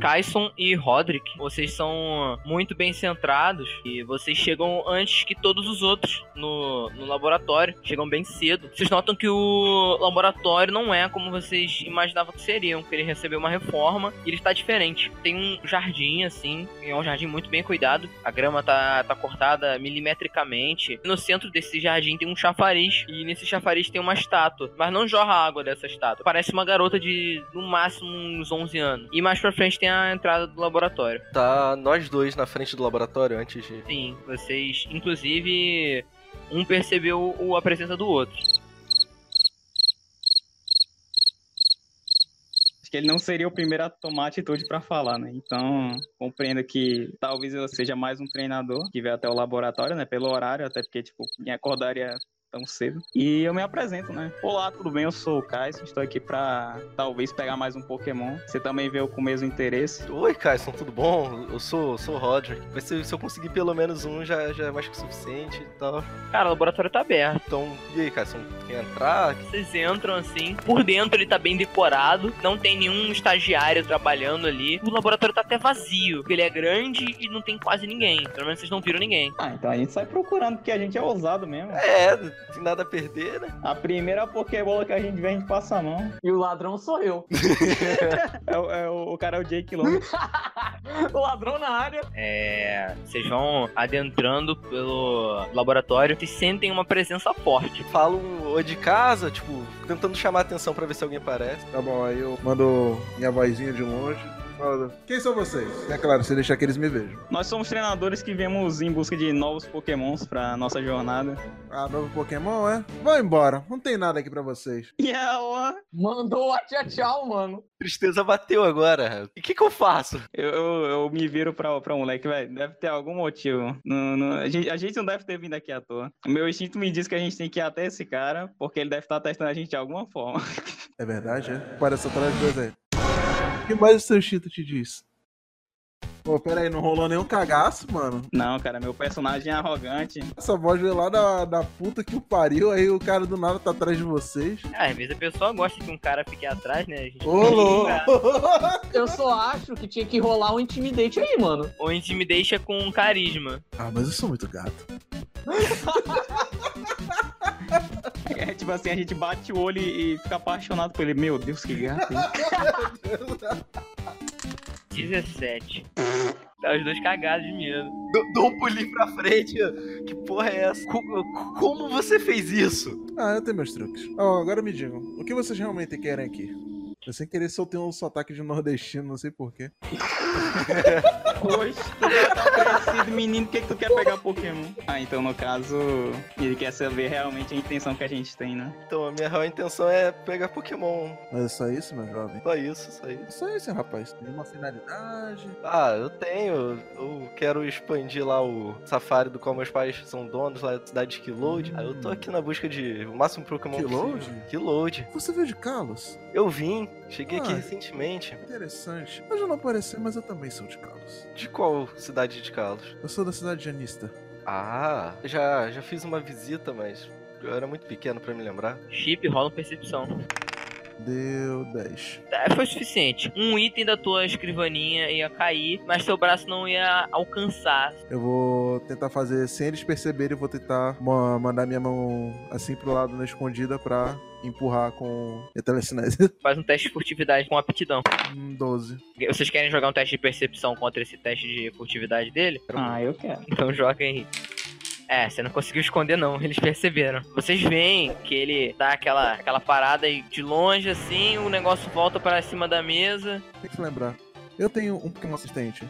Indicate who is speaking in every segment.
Speaker 1: Kyson e Roderick, vocês são muito bem centrados e vocês chegam antes que todos os outros no, no laboratório. Chegam bem cedo. Vocês notam que o laboratório não é como vocês imaginavam que seriam, que ele recebeu uma reforma e ele está diferente. Tem um jardim, assim, e é um jardim muito bem cuidado. A grama tá, tá cortada milimetricamente. No centro desse jardim tem um chafariz e nesse chafariz tem uma estátua, mas não jorra água dessa estátua. Parece uma garota de, no máximo, uns 11 anos. E mais pra frente tem a entrada do laboratório.
Speaker 2: Tá nós dois na frente do laboratório antes de.
Speaker 1: Sim, vocês, inclusive, um percebeu o- a presença do outro.
Speaker 3: Acho que ele não seria o primeiro a tomar atitude para falar, né? Então, compreendo que talvez eu seja mais um treinador que veio até o laboratório, né? Pelo horário, até porque, tipo, me acordaria tão cedo. E eu me apresento, né? Olá, tudo bem? Eu sou o Kaiso, estou aqui para talvez pegar mais um Pokémon. Você também veio com o mesmo interesse.
Speaker 2: Oi, Caisson, tudo bom? Eu sou, sou o Roderick. Mas se, se eu conseguir pelo menos um, já, já é mais que o suficiente e tal.
Speaker 1: Cara, o laboratório tá aberto.
Speaker 2: Então, e aí, Caisson, quer entrar?
Speaker 1: Vocês entram assim, por dentro ele tá bem decorado, não tem nenhum estagiário trabalhando ali. O laboratório tá até vazio, porque ele é grande e não tem quase ninguém. Pelo menos vocês não viram ninguém.
Speaker 3: Ah, então a gente sai procurando, porque a gente é ousado mesmo.
Speaker 2: É, não tem nada a perder, né?
Speaker 3: A primeira Pokébola que a gente vê, a gente passa a mão.
Speaker 4: E o ladrão sou eu.
Speaker 3: É, o- é o, o cara é o Jake Long.
Speaker 4: o ladrão na área.
Speaker 1: É. Vocês vão adentrando pelo laboratório e sentem uma presença forte.
Speaker 2: Falo um oi de casa, tipo, tentando chamar atenção pra ver se alguém aparece.
Speaker 5: Tá bom, aí eu mando minha vozinha de longe. Fala, quem são vocês? É claro, você deixar que eles me vejam.
Speaker 3: Nós somos treinadores que viemos em busca de novos Pokémons para nossa jornada.
Speaker 5: Ah, novo Pokémon, é? Vão embora, não tem nada aqui pra vocês.
Speaker 3: E é ela
Speaker 4: Mandou a tia tchau, mano.
Speaker 2: Tristeza bateu agora. O que que eu faço?
Speaker 3: Eu, eu, eu me viro pra, pra moleque, velho. Deve ter algum motivo. Não, não- a, gente, a gente não deve ter vindo aqui à toa. O meu instinto me diz que a gente tem que ir até esse cara, porque ele deve estar testando a gente de alguma forma.
Speaker 5: É verdade, é? Parece atrás de dois aí. O que mais o seu instinto te diz? Pô, pera aí, não rolou nenhum cagaço, mano?
Speaker 3: Não, cara, meu personagem é arrogante.
Speaker 5: Essa voz veio lá da, da puta que o pariu, aí o cara do nada tá atrás de vocês.
Speaker 1: Ah, às vezes a pessoa gosta que um cara fique atrás, né? A gente
Speaker 5: Ô, louco!
Speaker 4: Eu só acho que tinha que rolar um intimidate aí, mano.
Speaker 1: Ou intimidation com carisma.
Speaker 5: Ah, mas eu sou muito gato.
Speaker 3: É tipo assim, a gente bate o olho e, e fica apaixonado por ele. Meu Deus, que gato. hein?
Speaker 1: 17. Tá os dois cagados de medo.
Speaker 2: Dou, dou um pulinho pra frente. Que porra é essa? Como, como você fez isso?
Speaker 5: Ah, eu tenho meus truques. Ó, agora me digam, o que vocês realmente querem aqui? Eu sem querer soltei um sotaque de nordestino, não sei porquê.
Speaker 3: Poxa, tu já tá parecido, menino. Por que, que tu quer pegar Pokémon? Ah, então no caso, ele quer saber realmente a intenção que a gente tem, né?
Speaker 2: Então, a minha real intenção é pegar Pokémon.
Speaker 5: Mas é só isso, meu jovem?
Speaker 2: Só isso, só isso.
Speaker 5: É só isso, rapaz. Tem uma finalidade.
Speaker 2: Ah, eu tenho. Eu quero expandir lá o safari do qual meus pais são donos, lá da cidade de Keyload. Aí eu tô aqui na busca de o máximo Pokémon
Speaker 5: Keyload?
Speaker 2: possível. Keyload.
Speaker 5: Você veio de Carlos?
Speaker 2: Eu vim, cheguei aqui
Speaker 5: Ah.
Speaker 2: recentemente.
Speaker 5: Interessante. Hoje eu não apareci, mas eu também sou de Carlos.
Speaker 2: De qual cidade de Carlos?
Speaker 5: Eu sou da cidade de Anista.
Speaker 2: Ah, já, já fiz uma visita, mas eu era muito pequeno pra me lembrar.
Speaker 1: Chip rola uma percepção.
Speaker 5: Deu 10.
Speaker 1: Tá, Foi o suficiente. Um item da tua escrivaninha ia cair, mas seu braço não ia alcançar.
Speaker 5: Eu vou tentar fazer sem eles perceberem, eu vou tentar ma- mandar minha mão assim pro lado na escondida pra empurrar com minha telecinese.
Speaker 1: Faz um teste de furtividade com aptidão.
Speaker 5: Hum, 12.
Speaker 1: Vocês querem jogar um teste de percepção contra esse teste de furtividade dele?
Speaker 2: um
Speaker 3: Ah, eu quero.
Speaker 1: Então joga aí. É, você não conseguiu esconder não, eles perceberam. Vocês veem que ele dá aquela, aquela parada e de longe assim, o negócio volta pra cima da mesa.
Speaker 5: Tem que se lembrar. Eu tenho um Pokémon assistente.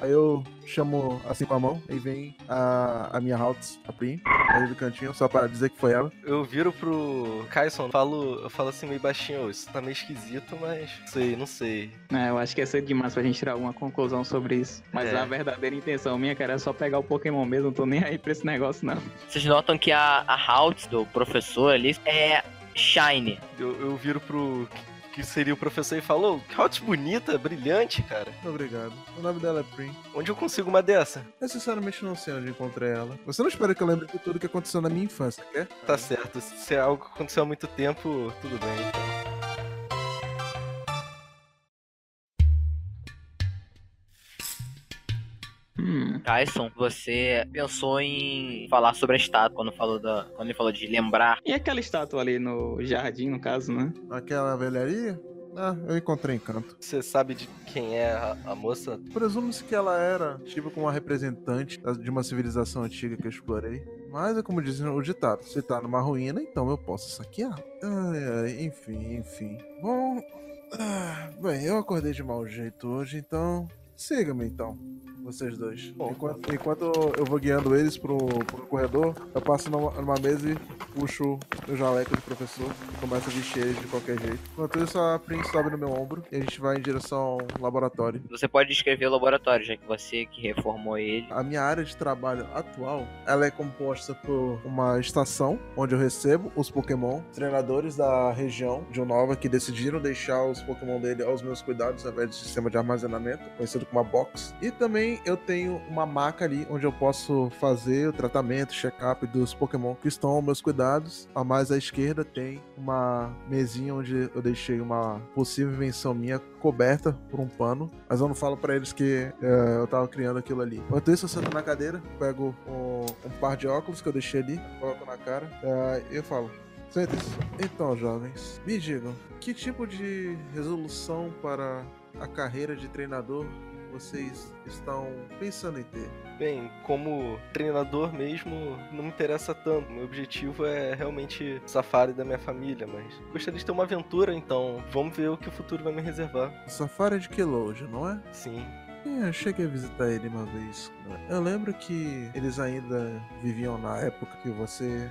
Speaker 5: Aí eu chamo assim com a mão, aí vem a, a minha Haltz, a Prim, aí do cantinho, só pra dizer que foi ela.
Speaker 2: Eu viro pro Kaison, falo, eu falo assim meio baixinho, "Ô, isso tá meio esquisito, mas não sei, não sei.
Speaker 3: É, eu acho que é cedo demais pra gente tirar alguma conclusão sobre isso. Mas
Speaker 2: É.
Speaker 3: a verdadeira intenção minha, cara, é só pegar o Pokémon mesmo. Não tô nem aí pra esse negócio, não.
Speaker 1: Vocês notam que a, a Halt do professor ali é Shine.
Speaker 2: Eu, eu viro pro que seria o professor e falo, "Ô, que out bonita, brilhante, cara.
Speaker 5: Muito obrigado. O nome dela é Prim.
Speaker 2: Onde eu consigo uma dessa?
Speaker 5: Eu sinceramente não sei onde encontrei ela. Você não espera que eu lembre de tudo que aconteceu na minha infância, quer?
Speaker 2: então. Tá certo, se é algo que aconteceu há muito tempo, tudo bem.
Speaker 3: Hum.
Speaker 1: Tyson, você pensou em falar sobre a estátua quando, falou da, quando ele falou de lembrar.
Speaker 3: E aquela estátua ali no jardim, no caso, né?
Speaker 5: Aquela velharia? Ah, eu encontrei encanto.
Speaker 2: Você sabe de quem é a, a moça?
Speaker 5: Presume-se que ela era tipo como uma representante da- de uma civilização antiga que eu explorei. Mas é como dizem o ditado: se tá numa ruína, então eu posso saquear. Ai, ai, enfim, enfim. Bom. ah, bem, eu acordei de mau jeito hoje, então. Siga-me então. Vocês dois.
Speaker 2: Bom.
Speaker 5: Enquanto, enquanto eu vou guiando eles pro, pro corredor, eu passo numa, numa mesa e puxo o jaleco do professor. Começo a vestir ele de qualquer jeito. Enquanto isso, a Prince sobe no meu ombro e a gente vai em direção ao laboratório.
Speaker 1: Você pode descrever o laboratório, já que você que reformou ele.
Speaker 5: A minha área de trabalho atual, ela é composta por uma estação onde eu recebo os Pokémon, treinadores da região de Nova que decidiram deixar os Pokémon dele aos meus cuidados através do sistema de armazenamento, conhecido como a box. E também eu tenho uma maca ali onde eu posso fazer o tratamento, check-up dos Pokémon que estão aos meus cuidados. A mais à esquerda tem uma mesinha onde eu deixei uma possível invenção minha coberta por um pano, mas eu não falo pra eles que é, eu tava criando aquilo ali. Enquanto isso, eu sento na cadeira, pego um, um par de óculos que eu deixei ali, coloco na cara é, e eu falo. Sentem-se. Então, jovens, me digam, que tipo de resolução para a carreira de treinador vocês estão pensando em ter?
Speaker 2: Bem, como treinador mesmo, não me interessa tanto. Meu objetivo é realmente o safari da minha família, mas gostaria de ter uma aventura, então vamos ver o que o futuro vai me reservar.
Speaker 5: Safari de Queloja, não é?
Speaker 2: Sim.
Speaker 5: É, eu cheguei a visitar ele uma vez. Eu lembro que eles ainda viviam na época que você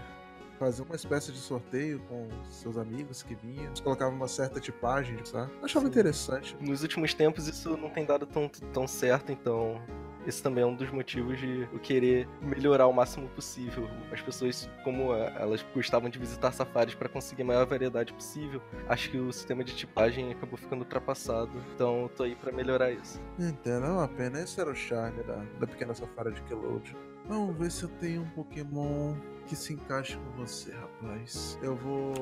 Speaker 5: fazia uma espécie de sorteio com seus amigos que vinham. Eles colocavam uma certa tipagem, sabe? Eu achava
Speaker 2: Sim.
Speaker 5: interessante.
Speaker 2: Nos últimos tempos isso não tem dado tão, tão certo, então esse também é um dos motivos de eu querer melhorar o máximo possível. As pessoas, como é, elas gostavam de visitar safaris para conseguir a maior variedade possível, acho que o sistema de tipagem acabou ficando ultrapassado. Então eu tô aí para melhorar isso.
Speaker 5: Entendo, é uma pena. Esse era o charme da, da pequena safara de Kelowd. Vamos ver se eu tenho um Pokémon que se encaixe com você, rapaz. Eu vou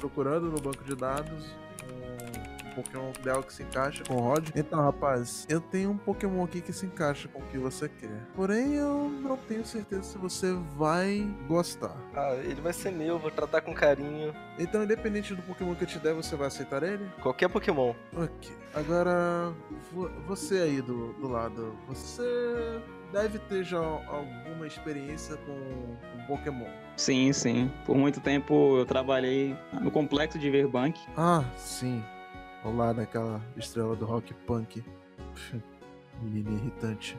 Speaker 5: procurando no banco de dados um- um Pokémon ideal que se encaixa com o Rod. Então, rapaz, eu tenho um Pokémon aqui que se encaixa com o que você quer. Porém, eu não tenho certeza se você vai gostar.
Speaker 2: Ah, ele vai ser meu, vou tratar com carinho.
Speaker 5: Então, independente do Pokémon que eu te der, você vai aceitar ele?
Speaker 2: Qualquer Pokémon.
Speaker 5: Ok. Agora, vo- você aí do, do lado, você deve ter já alguma experiência com, com Pokémon.
Speaker 3: Sim, sim. Por muito tempo eu trabalhei no complexo de Verbank.
Speaker 5: Ah, sim. Olá daquela estrela do rock punk. Menina irritante.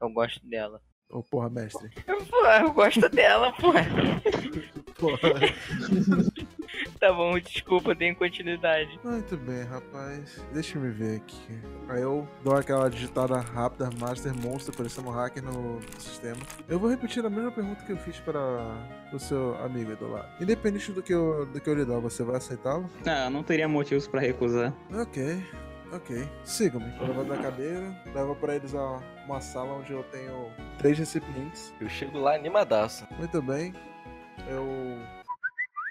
Speaker 1: Eu gosto dela.
Speaker 5: Ô, porra, mestre.
Speaker 1: Pô, eu gosto dela, pô.
Speaker 5: Porra.
Speaker 1: Tá bom, desculpa, tem continuidade.
Speaker 5: Muito bem, rapaz. Deixa eu me ver aqui. Aí eu dou aquela digitada rápida, Master Monster, parecendo um hacker no sistema. Eu vou repetir a mesma pergunta que eu fiz para o seu amigo aí do lado. Independente do que eu, do que eu lhe dar, você vai aceitá-lo?
Speaker 3: Ah, não teria motivos pra recusar.
Speaker 5: Ok, ok. Sigam-me. Eu levanto da cadeira, levo para eles a uma sala onde eu tenho três recipientes.
Speaker 2: Eu chego lá animadaço.
Speaker 5: Muito bem. Eu.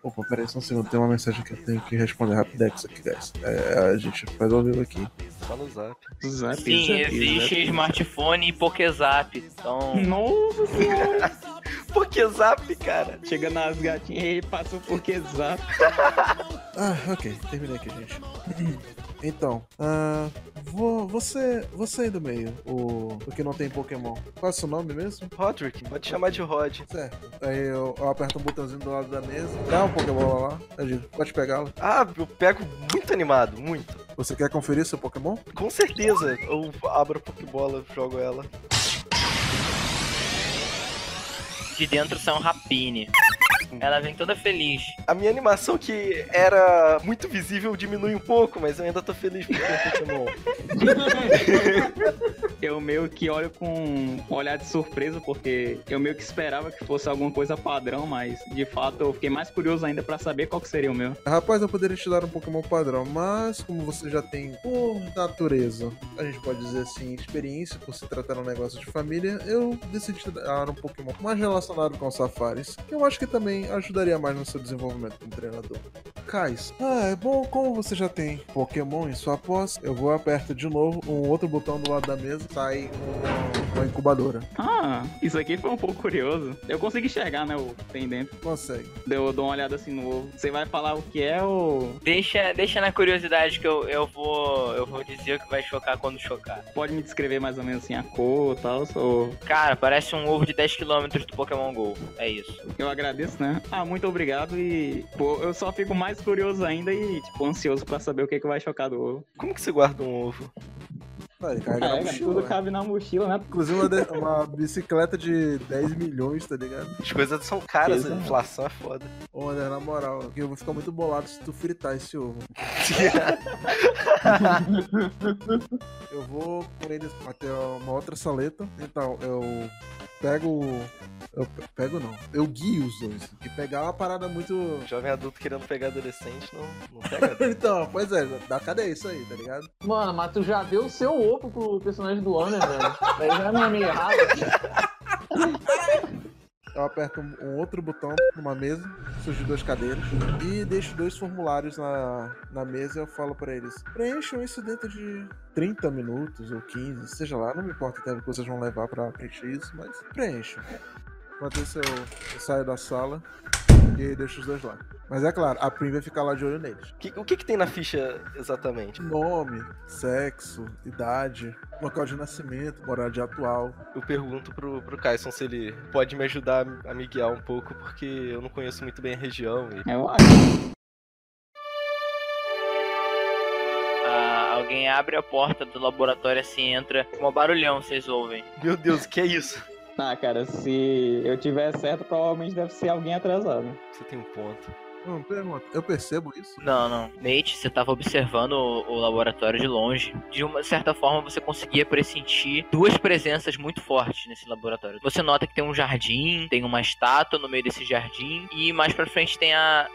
Speaker 5: Opa, peraí só um segundo. Tem uma mensagem que eu tenho que responder rapidex aqui, guys. É, a gente faz ao vivo aqui.
Speaker 2: Só no zap.
Speaker 3: Zap,
Speaker 1: Sim,
Speaker 3: zap,
Speaker 1: existe smartphone e Pokézap. Então,
Speaker 3: zap. Nossa senhora!
Speaker 2: Pokézap, cara.
Speaker 3: Chega nas gatinhas e passa o porquê zap.
Speaker 5: Ah, ok, terminei aqui, gente. Então, ah, vo- você, você aí do meio, o, o que não tem Pokémon, qual é o seu nome mesmo?
Speaker 2: Roderick, pode chamar de Rod.
Speaker 5: Certo. Aí eu, eu aperto um botãozinho do lado da mesa, dá um Pokémon lá, eu digo, pode pegá-lo.
Speaker 2: Ah, eu pego muito animado, muito.
Speaker 5: Você quer conferir seu Pokémon?
Speaker 2: Com certeza. Eu abro a Pokébola, jogo ela.
Speaker 1: de dentro sai um rapine. Ela vem toda feliz.
Speaker 2: A minha animação que era muito visível diminui um pouco, mas eu ainda tô feliz por ter um Pokémon.
Speaker 3: Eu meio que olho com um olhar de surpresa, porque eu meio que esperava que fosse alguma coisa padrão, mas de fato eu fiquei mais curioso ainda pra saber qual que seria o meu.
Speaker 5: Rapaz, eu poderia te dar um Pokémon padrão, mas como você já tem, por natureza, a gente pode dizer assim, experiência por se tratar de um negócio de família, eu decidi te dar um Pokémon mais relacionado com os safaris, que eu acho que também também ajudaria mais no seu desenvolvimento como treinador. Cais. Ah, é bom, como você já tem Pokémon em sua posse, eu vou aperto de novo um outro botão do lado da mesa, sai um- uma incubadora.
Speaker 3: Ah, isso aqui foi um pouco curioso. Eu consegui enxergar, né, o que tem dentro.
Speaker 5: Consegue.
Speaker 3: Eu dou uma olhada assim no ovo. Você vai falar o que é ou
Speaker 1: Deixa, deixa na curiosidade que eu, eu, vou, eu vou dizer o que vai chocar quando chocar.
Speaker 3: pode me descrever mais ou menos assim a cor e tal? Ou...
Speaker 1: Cara, parece um ovo de 10km do Pokémon GO. É isso.
Speaker 3: Eu agradeço, né? Ah, muito obrigado e... Pô, eu só fico mais curioso ainda e, tipo, ansioso pra saber o que, que vai chocar do ovo.
Speaker 2: Como que você guarda um ovo?
Speaker 5: Tá, ele carrega
Speaker 3: É,
Speaker 5: na mochila,
Speaker 3: tudo
Speaker 5: né?
Speaker 3: cabe na mochila, né?
Speaker 5: Inclusive uma, de- uma bicicleta de 10 milhões, tá ligado?
Speaker 2: As coisas são caras, a
Speaker 3: Exato.
Speaker 2: inflação é foda.
Speaker 5: Ô, André, na moral, que eu vou ficar muito bolado se tu fritar esse ovo. Eu vou com eles até uma outra saleta. Então, eu pego. Eu pe- pego não. Eu guio os dois. Que pegar é uma parada muito.
Speaker 2: Jovem adulto querendo pegar adolescente não, não pega.
Speaker 5: Então, pois é, da cadeia isso aí, tá ligado?
Speaker 4: Mano, mas tu já deu o seu ovo pro personagem do Ana, velho. Daí já não é meio errado.
Speaker 5: Eu aperto um, um outro botão numa mesa, surge duas cadeiras, e deixo dois formulários na, na mesa e eu falo pra eles: preencham isso dentro de 30 minutos ou 15, seja lá, não me importa o tempo que vocês vão levar pra preencher isso, mas preencham. Enquanto isso, eu, eu saio da sala e deixo os dois lá. Mas é claro, a Prim vai ficar lá de olho neles.
Speaker 2: Que- o que que tem na ficha exatamente?
Speaker 5: Nome, sexo, idade, local de nascimento, morada atual.
Speaker 2: Eu pergunto pro, pro Caisson se ele pode me ajudar a me guiar um pouco, porque eu não conheço muito bem a região. E...
Speaker 3: É, Eu acho.
Speaker 1: Ah, alguém abre a porta do laboratório assim, entra. Um barulhão, vocês ouvem.
Speaker 2: Meu Deus, o que é isso?
Speaker 3: Ah, cara, se eu tiver certo, provavelmente deve ser alguém atrasado.
Speaker 2: Você tem um ponto.
Speaker 5: Hum, pergunta, eu percebo isso?
Speaker 1: Não, não. Nate, você tava observando o, o laboratório de longe. De uma certa forma, você conseguia pressentir duas presenças muito fortes nesse laboratório. Você nota que tem um jardim, tem uma estátua no meio desse jardim, e mais pra frente tem a,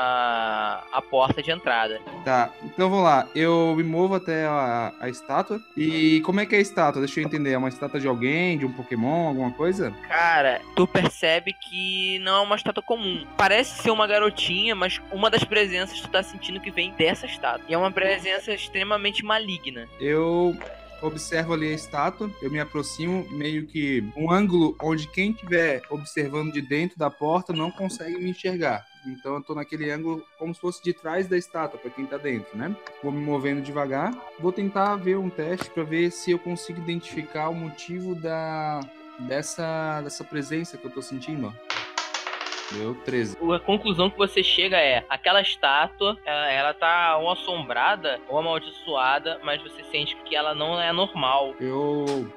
Speaker 1: a, a porta de entrada.
Speaker 6: Tá, então vamos lá. Eu me movo até a, a estátua. E como é que é a estátua? Deixa eu entender. É uma estátua de alguém, de um Pokémon, alguma coisa?
Speaker 1: Cara, tu percebe que não é uma estátua comum. Parece ser uma garotinha, mas uma das presenças tu tá sentindo que vem dessa estátua. E é uma presença extremamente maligna.
Speaker 6: Eu observo ali a estátua, eu me aproximo meio que um ângulo onde quem estiver observando de dentro da porta não consegue me enxergar. Então eu tô naquele ângulo como se fosse de trás da estátua para quem tá dentro, né? Vou me movendo devagar, vou tentar ver um teste para ver se eu consigo identificar o motivo da dessa dessa presença que eu tô sentindo. Deu 13.
Speaker 1: A conclusão que você chega é: aquela estátua, ela, ela tá ou assombrada ou amaldiçoada, mas você sente que ela não é normal.
Speaker 6: Eu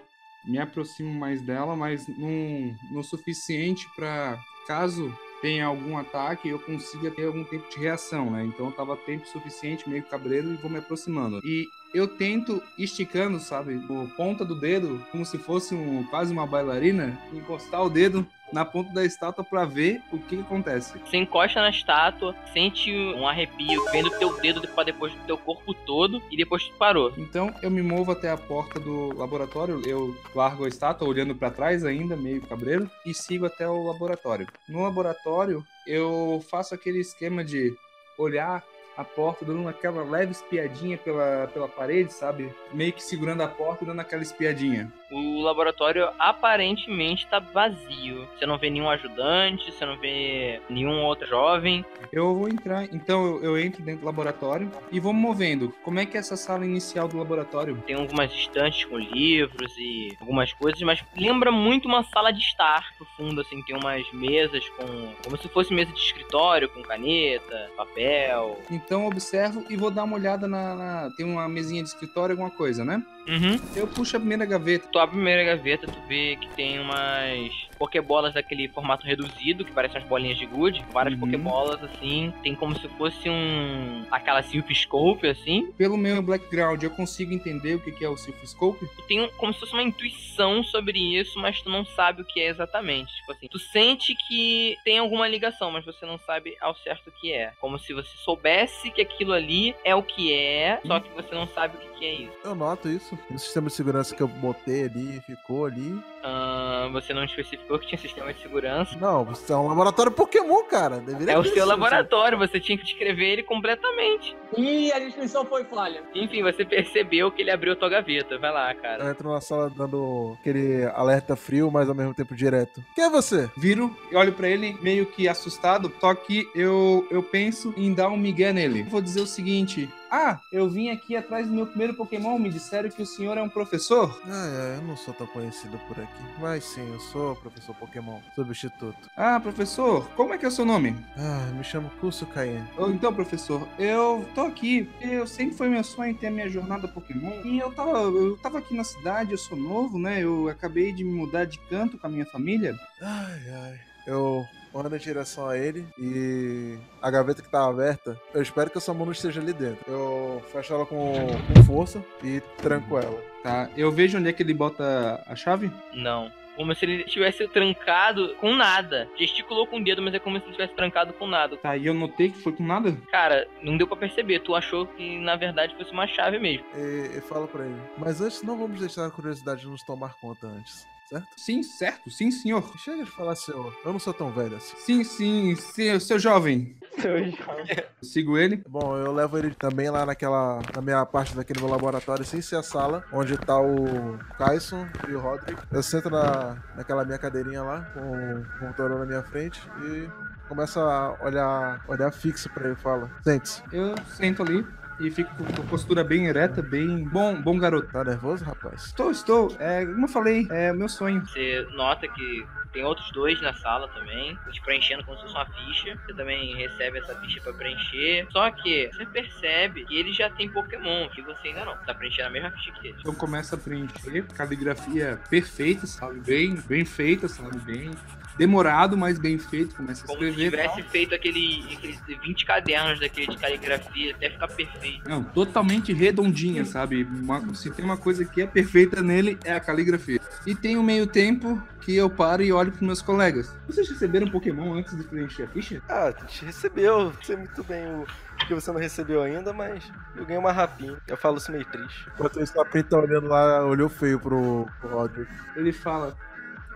Speaker 6: me aproximo mais dela, mas não, não o suficiente para caso tenha algum ataque, eu consiga ter algum tempo de reação, né? Então eu tava tempo suficiente, meio cabreiro, e vou me aproximando. E eu tento esticando, sabe, o ponta do dedo, como se fosse um, quase uma bailarina, encostar o dedo na ponta da estátua para ver o que, que acontece.
Speaker 1: Você encosta na estátua, sente um arrepio, vendo teu dedo pra depois do teu corpo todo, e depois tu parou.
Speaker 6: Então eu me movo até a porta do laboratório, eu largo a estátua olhando pra trás ainda, meio cabreiro, e sigo até o laboratório. No laboratório, eu faço aquele esquema de olhar a porta, dando aquela leve espiadinha pela, pela parede, sabe? Meio que segurando a porta e dando aquela espiadinha.
Speaker 1: O laboratório aparentemente tá vazio. Você não vê nenhum ajudante, você não vê nenhum outro jovem.
Speaker 6: Eu vou entrar, então eu, eu entro dentro do laboratório e vou me movendo. Como é que é essa sala inicial do laboratório?
Speaker 1: Tem algumas estantes com livros e algumas coisas, mas lembra muito uma sala de estar pro fundo, assim, tem umas mesas com. como se fosse mesa de escritório, com caneta, papel.
Speaker 6: Então eu observo e vou dar uma olhada na- na tem uma mesinha de escritório, alguma coisa, né?
Speaker 1: Uhum.
Speaker 6: Eu puxo a primeira gaveta.
Speaker 1: Tu abre a primeira gaveta, tu vê que tem umas pokebolas daquele formato reduzido, que parecem umas bolinhas de gude. Várias
Speaker 6: Uhum.
Speaker 1: pokebolas, assim. Tem como se fosse um... Aquela Silp Scope, assim.
Speaker 6: Pelo meu background, eu consigo entender o que que é o Silphoscope?
Speaker 1: Tu tem um- como se fosse uma intuição sobre isso, mas tu não sabe o que é exatamente. Tipo assim, tu sente que tem alguma ligação, mas você não sabe ao certo o que é. Como se você soubesse que aquilo ali é o que é, só que você não sabe o que que é isso.
Speaker 5: Eu noto isso. O sistema de segurança que eu botei ali, ficou ali.
Speaker 1: Ahn, você não especificou explicou que tinha sistema de segurança.
Speaker 5: Não, você é um laboratório Pokémon, cara. Deveria
Speaker 1: É o
Speaker 5: ter
Speaker 1: seu
Speaker 5: isso, né?
Speaker 1: laboratório, você tinha que descrever ele completamente.
Speaker 4: Ih, a descrição foi falha.
Speaker 1: Enfim, você percebeu que ele abriu a tua gaveta. Vai lá, cara.
Speaker 5: Ela entra numa sala dando aquele alerta frio, mas ao mesmo tempo direto. Quem é você?
Speaker 6: Viro e olho pra ele meio que assustado, só que eu, eu penso em dar um migué nele. Vou dizer o seguinte: Ah, eu vim aqui atrás do meu primeiro Pokémon, me disseram que o senhor é um professor?
Speaker 5: Ah, é, eu não sou tão conhecido por aqui. Mas sim, eu sou professor Pokémon, substituto.
Speaker 6: Ah, professor, como é que é o seu nome?
Speaker 5: Ah, me chamo Kusu Kaien.
Speaker 6: Ou então, professor, eu tô aqui, porque eu sempre foi meu sonho ter a minha jornada Pokémon. E eu tava, eu tava aqui na cidade, eu sou novo, né? Eu acabei de me mudar de canto com a minha família.
Speaker 5: Ai, ai. Eu ando em direção a ele e a gaveta que tá aberta, eu espero que a sua mão não esteja ali dentro. Eu fecho ela com, com força e tranco ela.
Speaker 6: Tá, eu vejo onde é que ele bota a chave.
Speaker 1: Não. Como se ele tivesse trancado com nada. Gesticulou com o dedo, mas é como se ele tivesse trancado com nada.
Speaker 6: Tá, e eu notei que foi com nada.
Speaker 1: Cara, não deu pra perceber. Tu achou que na verdade fosse uma chave mesmo.
Speaker 5: E, e falo pra ele. Mas antes, não vamos deixar a curiosidade nos tomar conta antes, certo?
Speaker 6: Sim, certo, sim, senhor.
Speaker 5: Chega de falar, senhor. Eu não sou tão velho assim.
Speaker 6: Sim, sim, seu, seu jovem. Eu sigo ele.
Speaker 5: Bom, eu levo ele também lá naquela. na minha parte daquele meu laboratório, assim, sem ser a sala, onde tá o Tyson e o Roderick. Eu sento na, naquela minha cadeirinha lá, com o computador na minha frente, e começo a olhar, olhar fixo pra ele e falo: Sente-se.
Speaker 6: Eu sento ali e fico com a postura bem ereta, bem. Bom, bom garoto.
Speaker 5: Tá nervoso, rapaz?
Speaker 6: Estou, estou. É, como eu falei, é o meu sonho.
Speaker 1: Você nota que tem outros dois na sala também, te preenchendo como se fosse uma ficha. Você também recebe essa ficha pra preencher. Só que você percebe que ele já tem Pokémon, que você ainda não. Tá preenchendo a mesma ficha que ele.
Speaker 6: Então começa a preencher, caligrafia perfeita, sabe? Bem, bem feita, sabe? Bem demorado, mas bem feito. Começa a
Speaker 1: Como se
Speaker 6: escrever.
Speaker 1: tivesse
Speaker 6: tal.
Speaker 1: feito aquele, aqueles 20 cadernos daquele de caligrafia até ficar perfeito.
Speaker 6: Não, totalmente redondinha, sabe? Uma- se tem uma coisa que é perfeita nele, é a caligrafia. E tem um meio tempo que eu paro e olho pros meus colegas. Vocês receberam Pokémon antes de preencher a ficha?
Speaker 2: Ah, a gente recebeu. Eu sei muito bem o que você não recebeu ainda, mas eu ganhei uma rapinha. Eu falo isso meio triste.
Speaker 5: Enquanto isso, a Pri tá olhando lá, olhou feio pro, pro Roderick.
Speaker 6: Ele fala: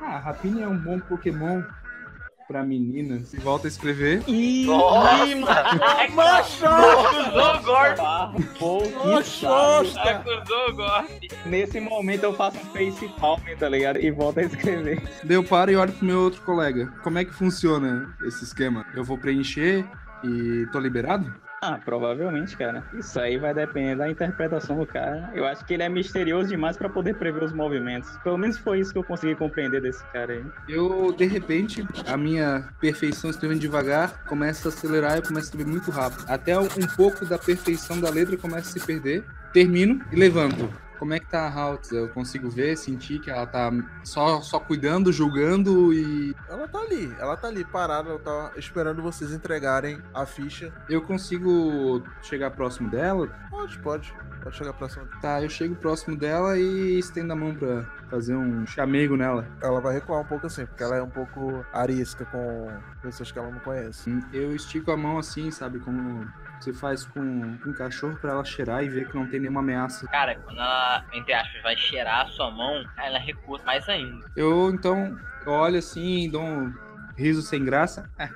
Speaker 6: Ah, Rapini é um bom Pokémon pra meninas. E volta a escrever.
Speaker 4: Ih,
Speaker 1: Nossa!
Speaker 4: ih, mano.
Speaker 1: Acusou o Gorf!
Speaker 4: Porra,
Speaker 1: Acusou o Gorf!
Speaker 3: Nesse momento eu faço face palm, tá ligado? E volto a escrever.
Speaker 6: Daí eu paro e olho pro meu outro colega. Como é que funciona esse esquema? Eu vou preencher e tô liberado?
Speaker 3: Ah, provavelmente, cara. Isso aí vai depender da interpretação do cara. Eu acho que ele é misterioso demais pra poder prever os movimentos. Pelo menos foi isso que eu consegui compreender desse cara aí.
Speaker 6: Eu, de repente, a minha perfeição escrevendo devagar começa a acelerar e eu começo a escrever muito rápido. Até um pouco da perfeição da letra começa a se perder. Termino e levanto. Como é que tá a Haltz? Eu consigo ver, sentir que ela tá só, só cuidando, julgando e
Speaker 5: Ela tá ali, ela tá ali parada, ela tá esperando vocês entregarem a ficha.
Speaker 6: eu consigo chegar próximo dela.
Speaker 5: Pode, pode. Pode chegar pra cima.
Speaker 6: Tá, eu chego próximo dela e estendo a mão pra fazer um chamego nela.
Speaker 5: Ela vai recuar um pouco assim, porque ela é um pouco arisca com pessoas que ela não conhece.
Speaker 6: Hum, Eu estico a mão assim, sabe? Como você faz com um cachorro pra ela cheirar e ver que não tem nenhuma ameaça.
Speaker 1: Cara, quando ela, entre aspas, vai cheirar a sua mão, ela recua mais ainda.
Speaker 6: Eu então eu olho assim, dou um riso sem graça. Ah,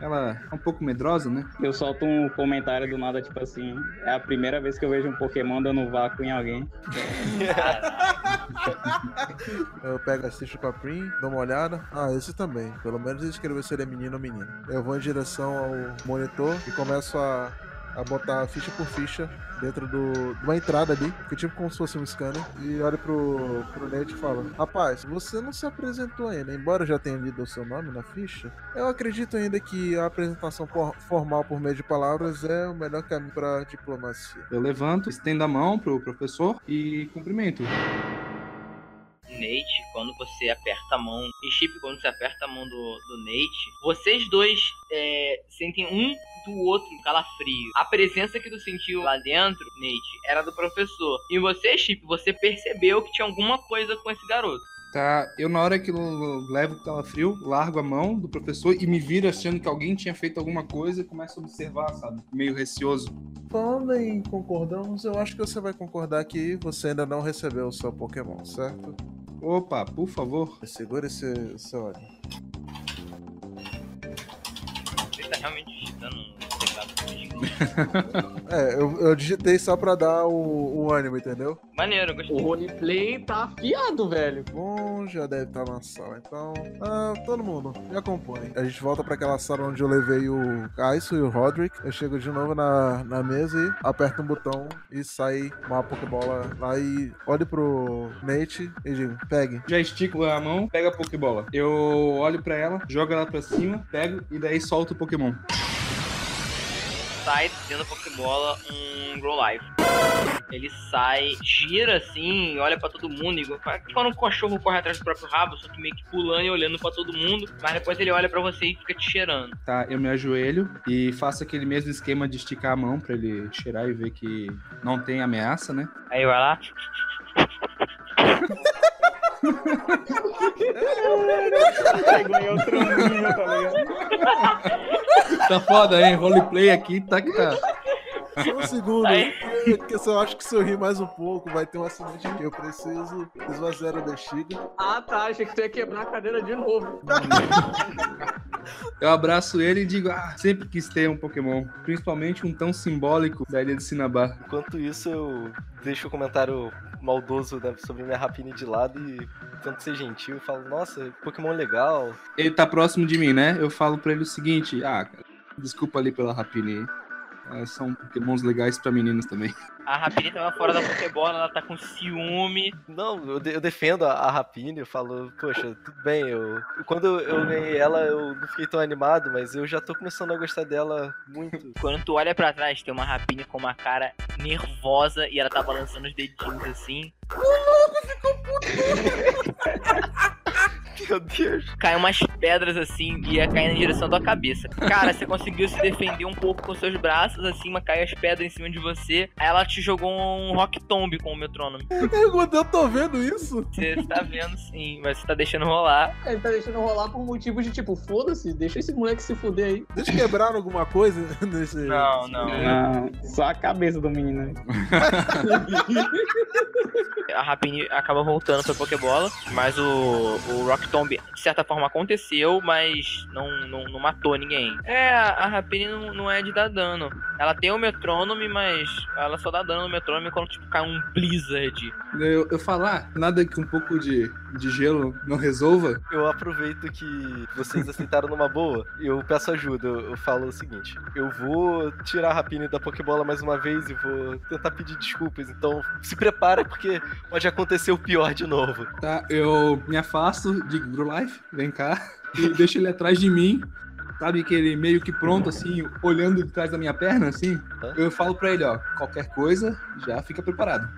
Speaker 6: Ela é um pouco medrosa, né?
Speaker 3: Eu solto um comentário do nada, tipo assim: é a primeira vez que eu vejo um Pokémon dando vácuo em alguém.
Speaker 1: Cara,
Speaker 5: Eu pego, assisto com a Prim, dou uma olhada. Ah, esse também. Pelo menos ele escreveu se ele é menino ou menina. Eu vou em direção ao monitor e começo a, a botar ficha por ficha dentro do, de uma entrada ali, que é tipo como se fosse um scanner. E olho pro, pro Nate e falo: Rapaz, você não se apresentou ainda. Embora eu já tenha lido o seu nome na ficha, eu acredito ainda que a apresentação por- formal por meio de palavras é o melhor caminho pra diplomacia.
Speaker 6: Eu levanto, estendo a mão pro professor e cumprimento.
Speaker 1: Nate, quando você aperta a mão, e Chip, quando você aperta a mão do, do Nate, vocês dois é, sentem um do outro um calafrio. A presença que tu sentiu lá dentro, Nate, era do professor. E você, Chip, você percebeu que tinha alguma coisa com esse garoto.
Speaker 6: Tá, eu na hora que eu levo o calafrio, largo a mão do professor e me viro achando que alguém tinha feito alguma coisa e começo a observar, sabe? Meio receoso.
Speaker 5: Falando em concordamos, eu acho que você vai concordar que você ainda não recebeu o seu Pokémon, certo?
Speaker 6: Opa, por favor.
Speaker 5: Segura esse, esse olho.
Speaker 1: Ele tá realmente digitando no teclado.
Speaker 5: É, eu, eu digitei só pra dar o, o ânimo, entendeu?
Speaker 1: Maneiro, gostei.
Speaker 4: O roleplay tá afiado, velho.
Speaker 5: Bom, já deve estar na sala, então. Ah, todo mundo, me acompanhe. A gente volta pra aquela sala onde eu levei o Kaiso e o Roderick. Eu chego de novo na, na mesa e aperto um botão e sai uma Pokébola lá e olho pro Nate e digo: pegue.
Speaker 6: Já estico a mão, pega a Pokébola. Eu olho pra ela, jogo ela pra cima, pego e daí solto o Pokémon.
Speaker 1: sai dentro da Pokébola um Grow Life. Ele sai, gira assim, olha pra todo mundo, igual quando um cachorro corre atrás do próprio rabo, só que meio que pulando e olhando pra todo mundo, mas depois ele olha pra você e fica te cheirando.
Speaker 6: Tá, eu me ajoelho e faço aquele mesmo esquema de esticar a mão pra ele cheirar e ver que não tem ameaça, né?
Speaker 1: Aí vai lá,
Speaker 4: Pegou em outro nível, tá ligado?
Speaker 6: Tá foda, hein? Roleplay aqui, tá que tá.
Speaker 5: Só um segundo,
Speaker 1: Aí.
Speaker 5: porque- porque se eu acho que se eu rir mais um pouco, vai ter um acidente que eu preciso esvaziar a bexiga.
Speaker 4: Ah, tá. Achei que tu ia quebrar a cadeira de novo.
Speaker 6: Eu abraço ele e digo, ah, sempre quis ter um Pokémon. Principalmente um tão simbólico da ilha de Sinabar.
Speaker 2: Enquanto isso, eu deixo o comentário maldoso né, sobre minha rapine de lado e tento ser gentil e falo, nossa, Pokémon legal.
Speaker 6: Ele tá próximo de mim, né? Eu falo pra ele o seguinte, ah, cara, desculpa ali pela rapine aí. Ah, São pokémons legais pra meninos também.
Speaker 1: a Rapidinha tava fora da Pokébola, ela tá com ciúme.
Speaker 2: Não, eu, de- eu defendo a, a rapine, eu falo, poxa, tudo bem, eu. Quando eu eu ganhei ela, eu não fiquei tão animado, mas eu já tô começando a gostar dela muito.
Speaker 1: Quando tu olha pra trás, tem uma Rapidinha com uma cara nervosa e ela tá balançando os dedinhos assim.
Speaker 2: Meu Deus.
Speaker 1: Cai umas pedras assim e ia cair na direção da tua cabeça. Cara, você conseguiu se defender um pouco com seus braços, assim, mas caiu as pedras em cima de você. Aí ela te jogou um rock tomb com o metrônomo.
Speaker 5: Ei, quando eu tô vendo isso,
Speaker 1: Você tá vendo sim, mas você tá deixando rolar.
Speaker 4: Ele tá deixando rolar por motivo de tipo, foda-se, deixa esse moleque se fuder aí.
Speaker 5: eles quebraram alguma coisa nesse.
Speaker 1: Não, não.
Speaker 3: Não, só a cabeça do menino.
Speaker 1: A Rapini acaba voltando pra Pokébola, mas o, o Rock Tomb, de certa forma, aconteceu, mas não, não, não matou ninguém. É, a Rapini não, não é de dar dano. Ela tem o metrônome, mas ela só dá dano no metrônome quando tipo, cai um Blizzard.
Speaker 6: Eu, eu falo, ah, nada que um pouco de, de gelo não resolva.
Speaker 2: Eu aproveito que vocês aceitaram numa boa, eu peço ajuda. Eu, eu falo o seguinte: eu vou tirar a rapine da Pokébola mais uma vez e vou tentar pedir desculpas. Então se prepara, porque pode acontecer o pior de novo.
Speaker 6: Tá, eu me afasto, digo, Grow Life, vem cá. E deixo ele atrás de mim. Sabe que ele meio que pronto, assim, olhando de trás da minha perna, assim.
Speaker 2: Hã?
Speaker 6: Eu falo pra ele, ó, qualquer coisa, já fica preparado.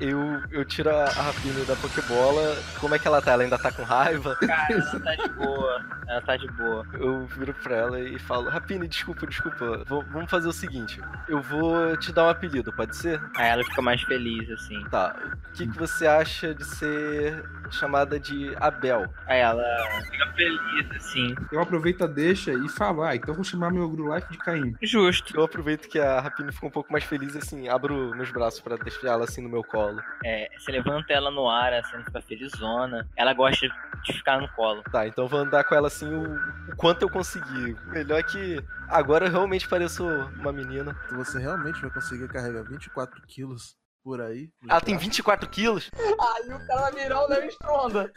Speaker 2: Eu, eu tiro a, a rapine da Pokébola. Como é que ela tá? Ela ainda tá com raiva?
Speaker 1: Cara, ela tá de boa. Ela tá de boa.
Speaker 2: Eu viro pra ela e falo: Rapine, desculpa, desculpa. V- vamos fazer o seguinte: eu vou te dar um apelido, pode ser?
Speaker 1: Aí ela fica mais feliz, assim.
Speaker 2: Tá. O que, que você acha de ser chamada de Abel?
Speaker 1: Aí ela fica feliz, assim.
Speaker 6: Eu aproveito a deixa e falo, ah, então eu vou chamar meu Grow Life de Caim.
Speaker 1: Justo.
Speaker 2: Eu aproveito que a Rapine ficou um pouco mais feliz assim, abro meus braços pra deixar ela assim no meu colo.
Speaker 1: É, você levanta ela no ar, assim, ela fica felizona. Ela gosta de ficar no colo.
Speaker 2: Tá, então eu vou andar com ela assim o, o quanto eu conseguir. Melhor que agora eu realmente pareço uma menina.
Speaker 5: Então Você realmente vai conseguir carregar 24 quilos por aí?
Speaker 2: Ela Ah, tem 24 quilos,
Speaker 4: Aí o cara vai virar o Léo Stronda.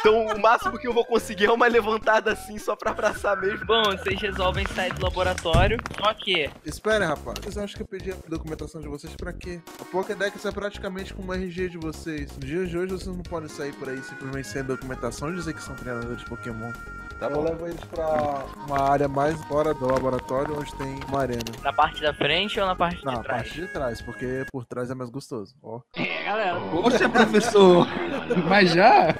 Speaker 2: então o máximo que eu vou conseguir é uma levantada assim só pra abraçar mesmo.
Speaker 1: Bom, vocês resolvem sair do laboratório. Só que
Speaker 5: Espera, rapaz. Vocês acham que eu pedi a documentação de vocês pra quê? A Pokédex é praticamente como o RG de vocês. Nos dias de hoje, vocês não podem sair por aí simplesmente sem documentação e dizer que são treinadores de Pokémon.
Speaker 2: Tá
Speaker 5: eu levo eles pra uma área mais fora do laboratório, onde tem uma arena.
Speaker 1: na parte da frente ou na parte
Speaker 5: Na
Speaker 1: de trás?
Speaker 5: parte de trás, porque por trás é mais gostoso. Ó.
Speaker 4: É, galera.
Speaker 6: Poxa, professor! Mas já?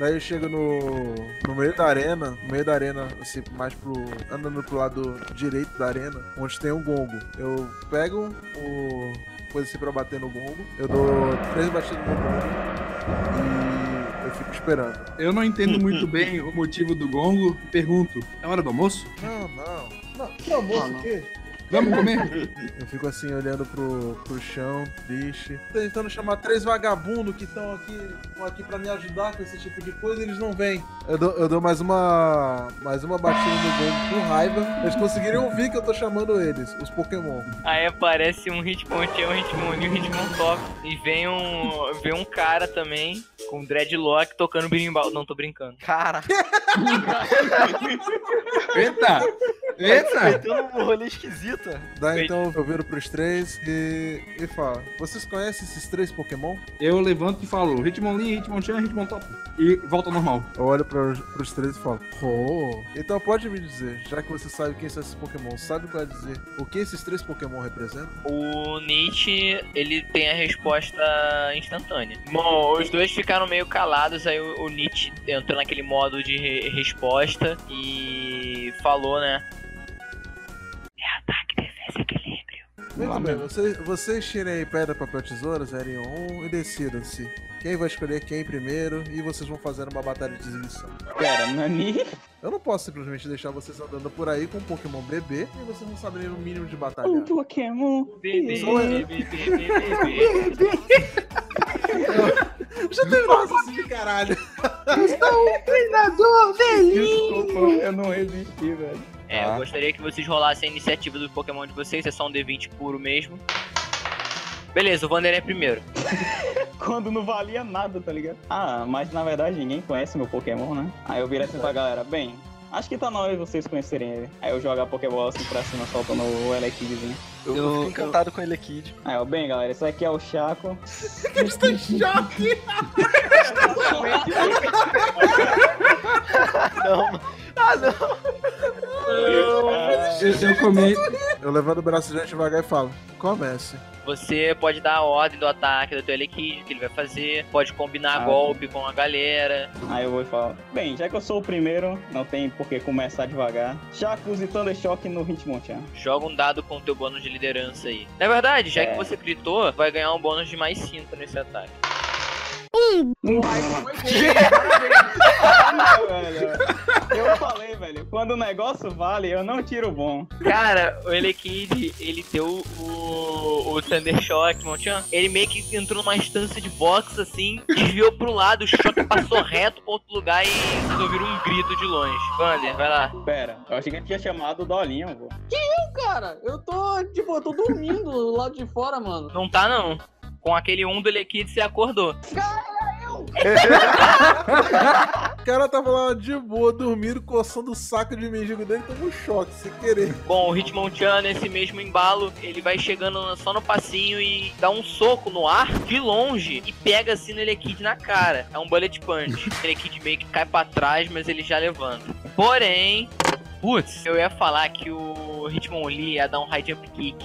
Speaker 5: Daí eu chego no, no meio da arena, no meio da arena, assim, mais pro. andando pro lado direito da arena, onde tem um gongo. Eu pego o. coisa assim pra bater no gongo, eu dou três batidas no gongo e eu fico esperando.
Speaker 6: Eu não entendo muito bem o motivo do gongo. Pergunto, é hora do almoço?
Speaker 5: Não, não. Não, que almoço
Speaker 4: Ah, não.
Speaker 5: o quê?
Speaker 6: Vamos comer?
Speaker 5: Eu fico assim olhando pro, pro chão, triste. Tentando chamar três vagabundos que estão aqui, tão aqui pra me ajudar com esse tipo de coisa e eles não vêm. Eu dou, eu dou mais uma. mais uma batida no game com raiva. Eles conseguiram ouvir que eu tô chamando eles, os Pokémon.
Speaker 1: Aí aparece um Hitmonchan, um Hitmon e um Hitmon top. E vem um, vem um cara também com dreadlock tocando birimbau. Não, tô brincando.
Speaker 2: Cara,
Speaker 6: Eita!
Speaker 5: É.
Speaker 6: Eita!
Speaker 2: metendo um rolê esquisito.
Speaker 5: Daí
Speaker 1: Bem-
Speaker 5: então eu viro pros três e, e falo: Vocês conhecem esses três Pokémon?
Speaker 6: Eu levanto e falo, Hitmonlee, Hitmonchan, Hitmontop. E volta ao normal.
Speaker 5: Eu olho pra, pros três e falo: Oh! Então pode me dizer, já que você sabe quem são esses Pokémon, sabe qual é dizer o que esses três Pokémon representam?
Speaker 1: O Nietzsche, ele tem a resposta instantânea. Bom, os dois ficaram meio calados, aí o, o Nietzsche entrou naquele modo de re- resposta e falou, né? É ataque, defesa, e equilíbrio.
Speaker 5: Muito
Speaker 6: Lá
Speaker 5: bem,
Speaker 6: mesmo.
Speaker 5: vocês, vocês tirem aí pedra, papel, tesoura, zerem um e decidam-se. Quem vai escolher quem primeiro e vocês vão fazer uma batalha de exibição.
Speaker 3: Pera, Nani.
Speaker 5: Eu não posso simplesmente deixar vocês andando por aí com um Pokémon bebê e vocês não saberem o mínimo de batalhar.
Speaker 3: Um Pokémon.
Speaker 1: Bebê,
Speaker 5: Sou eu.
Speaker 1: bebê, bebê, bebê.
Speaker 5: Já terminou assim de caralho.
Speaker 3: Desculpa, eu não resisti, velho.
Speaker 1: É,
Speaker 2: Tá.
Speaker 1: eu gostaria que vocês rolassem a iniciativa do Pokémon de vocês, é só um D20 puro mesmo. Beleza, o Vander é primeiro.
Speaker 3: Quando não valia nada, tá ligado? Ah, mas na verdade ninguém conhece meu Pokémon, né? Aí eu virei assim pra galera, bem, acho que tá na hora de vocês conhecerem ele. Aí eu jogo a Pokébola assim pra cima, soltando o Elekidzinho.
Speaker 2: Eu,
Speaker 3: Eu-
Speaker 2: fico encantado com ele aqui. de-
Speaker 3: Aí eu, bem, galera, isso aqui é o Chaco.
Speaker 2: Não, ah, não.
Speaker 3: Ah,
Speaker 6: Eu, eu comi.
Speaker 5: Eu levanto o braço direito devagar e falo: Comece.
Speaker 1: Você pode dar a ordem do ataque do teu Elekid, que ele vai fazer, pode combinar
Speaker 3: Ah,
Speaker 1: golpe com a galera.
Speaker 3: Aí eu vou e falo, bem, já que eu sou o primeiro, não tem por que começar devagar. Chaco e Thunder Shock no Hitmonchan.
Speaker 1: Joga um dado com o teu bônus de liderança aí. Na verdade, já
Speaker 3: É.
Speaker 1: que você gritou, vai ganhar um bônus de mais 5 nesse ataque.
Speaker 3: Ah, velho. Eu falei, velho, quando o negócio vale, eu não tiro o bom.
Speaker 1: Cara, o Elekid, ele deu o, o Thunder Shock, Montian. Ele meio que entrou numa instância de boxe assim, desviou pro lado, o choque passou reto pro outro lugar e vocês ouviram um grito de longe. Vander, vai lá.
Speaker 3: Pera, eu achei que ele tinha chamado o Dolinho, pô.
Speaker 4: Cara, eu tô, tipo, eu tô dormindo do lado de fora, mano.
Speaker 1: Não tá não. Com aquele 1 um do Elekid, você acordou.
Speaker 5: O cara tava lá de boa, dormindo, coçando o saco de mendigo dele, toma um choque, sem querer.
Speaker 1: Bom, o Hitmonchan, nesse mesmo embalo, ele vai chegando só no passinho e dá um soco no ar de longe e pega assim no Elekid na cara. É um bullet punch. o Elekid meio que cai pra trás, mas ele já levanta. Porém, putz, eu ia falar que o Hitmonlee ia dar um high jump kick.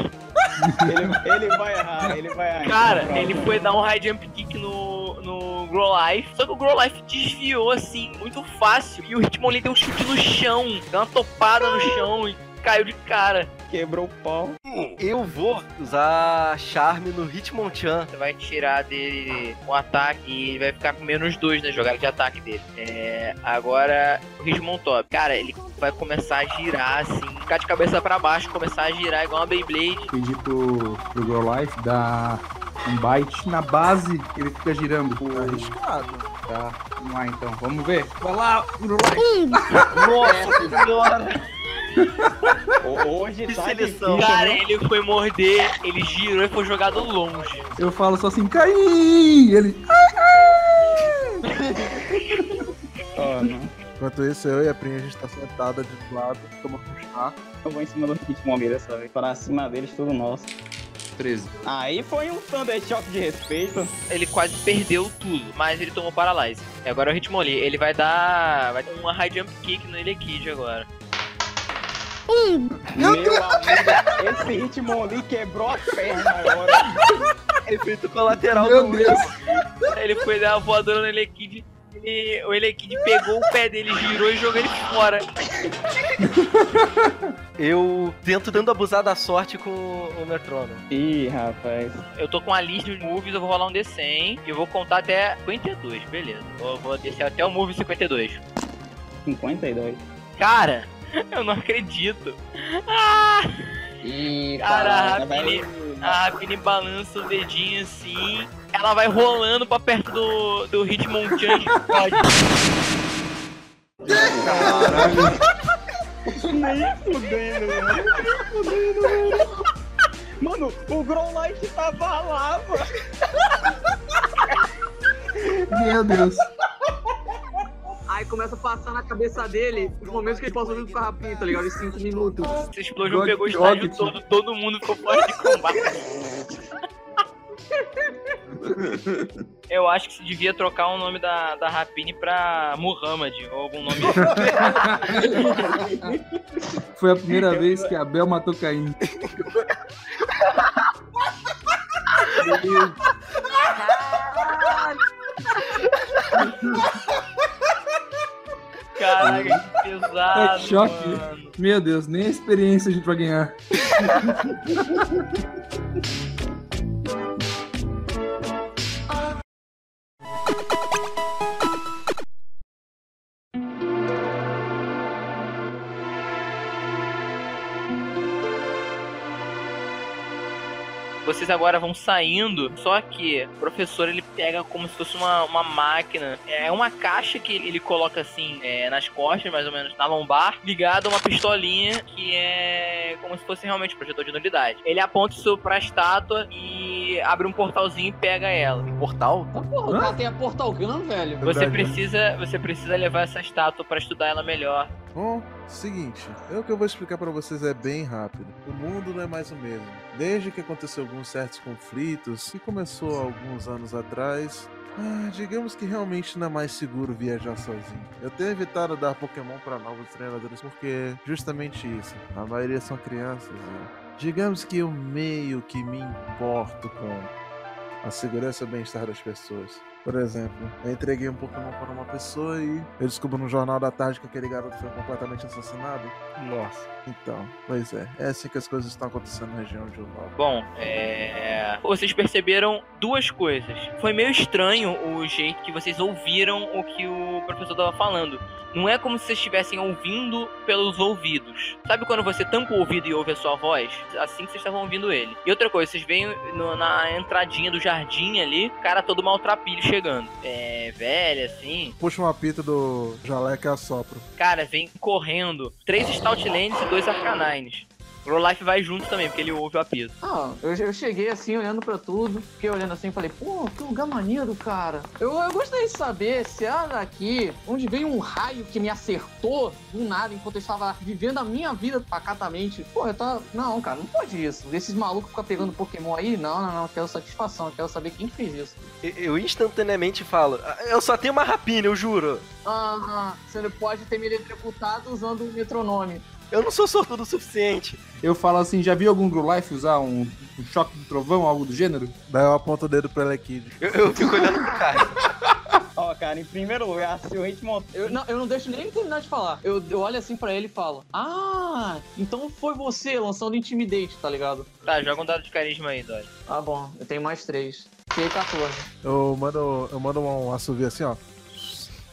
Speaker 3: Ele, ele vai errar, ele vai errar.
Speaker 1: Cara,
Speaker 3: Então,
Speaker 1: ele foi dar um high jump kick no, no Growlife, só que o Growlife desviou assim, muito fácil. E o Hitmonlee deu um chute no chão, deu uma topada no chão e caiu de cara.
Speaker 3: Quebrou o pau.
Speaker 2: Eu vou usar charme no Hitmonchan.
Speaker 1: Você vai tirar dele um ataque e ele vai ficar com menos dois na jogada de ataque dele. É, agora, o Ridgemon Top. Cara, ele vai começar a girar assim, ficar de cabeça pra baixo, começar a girar igual uma Beyblade.
Speaker 6: Pedi pro, pro Girl Life dar um bite na base, ele fica girando.
Speaker 5: Arriscado.
Speaker 6: Tá, vamos lá então, vamos ver. Vai lá, Girl Life.
Speaker 2: Nossa senhora.
Speaker 3: Ho- Hoje
Speaker 2: Que
Speaker 3: tá
Speaker 2: seleção.
Speaker 3: difícil,
Speaker 1: Cara,
Speaker 3: viu?
Speaker 1: ele foi morder, ele girou e foi jogado longe.
Speaker 6: Eu falo só assim, cai! Ele.
Speaker 3: Ó, não.
Speaker 5: Enquanto isso, eu e a Prinha, a gente tá sentada de lado, tomando um chá.
Speaker 3: Eu vou em cima do Hitmonger dessa vez. Pra cima deles, tudo nosso.
Speaker 6: 13.
Speaker 3: Aí foi um Thunder Shock de respeito.
Speaker 1: Ele quase perdeu tudo, mas ele tomou Paralyze. E agora é o Hitmonlee, ele vai dar vai dar uma High Jump Kick no Elekid agora.
Speaker 3: Meu amigo, esse Hitmonlee quebrou a perna agora.
Speaker 2: Efeito colateral
Speaker 5: Meu
Speaker 2: do
Speaker 5: Deus.
Speaker 2: Wilson.
Speaker 1: Ele foi dar uma voadora no Elekid. E o Elekid pegou o pé dele, girou e jogou ele fora.
Speaker 2: Eu tento dando abusar da sorte com o metrônomo.
Speaker 3: Ih, rapaz.
Speaker 1: Eu tô com a lista de movies, eu vou rolar um D100 e eu vou contar até 52, beleza. Eu vou descer até o move 52.
Speaker 3: 52.
Speaker 1: Cara, eu não acredito. Cara, a
Speaker 3: Parada, vai-
Speaker 1: Rapini, a Rapini balança o dedinho assim. Ela vai rolando pra perto do, do Hitmonchan de bigode.
Speaker 6: Caralho.
Speaker 3: Nem fudendo, mano. Nem fudendo, mano. Mano, o Grow Light tava lá, mano.
Speaker 6: Meu Deus.
Speaker 4: Aí começa a passar na cabeça dele os momentos que ele passou junto com a Rapinha, tá ligado? Em 5 minutos.
Speaker 1: Essa explosão
Speaker 6: God
Speaker 1: pegou o estádio
Speaker 6: Rocket.
Speaker 1: todo, todo mundo ficou fora de combate. Eu acho que se devia trocar o nome da, da Rapini pra Muhammad, ou algum nome.
Speaker 6: Foi a primeira vez que a Bel matou Caim.
Speaker 1: Caraca, que pesado.
Speaker 6: É choque.
Speaker 1: mano.
Speaker 6: Meu Deus, nem a experiência de pra ganhar.
Speaker 1: Vocês agora vão saindo, só que o professor ele pega como se fosse uma, uma máquina. É uma caixa que ele coloca assim é, nas costas, mais ou menos, na lombar, ligada a uma pistolinha que é como se fosse realmente um projetor de nulidade. Ele aponta isso pra estátua e abre um portalzinho e pega ela.
Speaker 2: Um Portal?
Speaker 4: Tá porra, o cara tem a Portal Gun, velho.
Speaker 1: Você
Speaker 6: Verdade.
Speaker 1: precisa, você precisa levar essa estátua pra estudar ela melhor.
Speaker 5: Bom, seguinte, é o que eu vou explicar pra vocês é bem rápido. O mundo não é mais o mesmo. Desde que aconteceu alguns certos conflitos, que começou há alguns anos atrás, ah, digamos que realmente não é mais seguro viajar sozinho. Eu tenho evitado dar Pokémon pra novos treinadores porque é justamente isso. A maioria são crianças. e Digamos que eu meio que me importo com a segurança e o bem-estar das pessoas. Por exemplo, eu entreguei um Pokémon para uma pessoa e eu descubro no jornal da tarde que aquele garoto foi completamente assassinado.
Speaker 2: Nossa.
Speaker 5: Então, pois é, é assim que as coisas estão acontecendo na região de Unova.
Speaker 1: Bom, é... vocês perceberam duas coisas. Foi meio estranho o jeito que vocês ouviram o que o professor estava falando. Não é como se vocês estivessem ouvindo pelos ouvidos. Sabe quando você tampa o ouvido e ouve a sua voz? Assim que vocês estavam ouvindo ele. E outra coisa, vocês veem no- na entradinha do jardim ali, o cara todo maltrapilho chegando. É, velho, assim.
Speaker 5: Puxa um apito do jaleca e assopro.
Speaker 1: Cara, vem correndo. Três Stoutlands e dois Arcanines. Rolife vai junto também, porque ele ouve o apito.
Speaker 4: Ah, eu, eu cheguei assim, olhando pra tudo, fiquei olhando assim e falei, pô, que lugar maneiro, cara. Eu, eu gostaria de saber se era daqui, onde veio um raio que me acertou do nada enquanto eu estava vivendo a minha vida pacatamente. Pô, eu tava. Não, cara, não pode isso. Esses malucos ficar pegando Pokémon aí, não, não, não, eu quero satisfação, eu quero saber quem fez isso.
Speaker 2: Eu- Eu instantaneamente falo, "Ah, eu só tenho uma rapina, eu juro.
Speaker 4: Ah, você não pode ter me eletrocutado usando o metronome.
Speaker 2: Eu não sou sortudo o suficiente.
Speaker 6: Eu falo assim, já viu algum Grow Life usar um, um choque do trovão, algo do gênero?
Speaker 5: Daí eu aponto o dedo pra Elekid.
Speaker 2: Eu, eu fico olhando pro cara.
Speaker 3: Ó, cara, em primeiro lugar, se o Hitmon...
Speaker 4: Eu não, eu não deixo nem ele terminar de falar. Eu, eu olho assim pra ele e falo: Ah, então foi você lançando Intimidate, tá ligado?
Speaker 1: Tá, joga um dado de carisma aí, Dória.
Speaker 4: Ah, bom, eu tenho mais três. Tirei 14.
Speaker 5: Eu mando, eu mando um assovio assim, ó.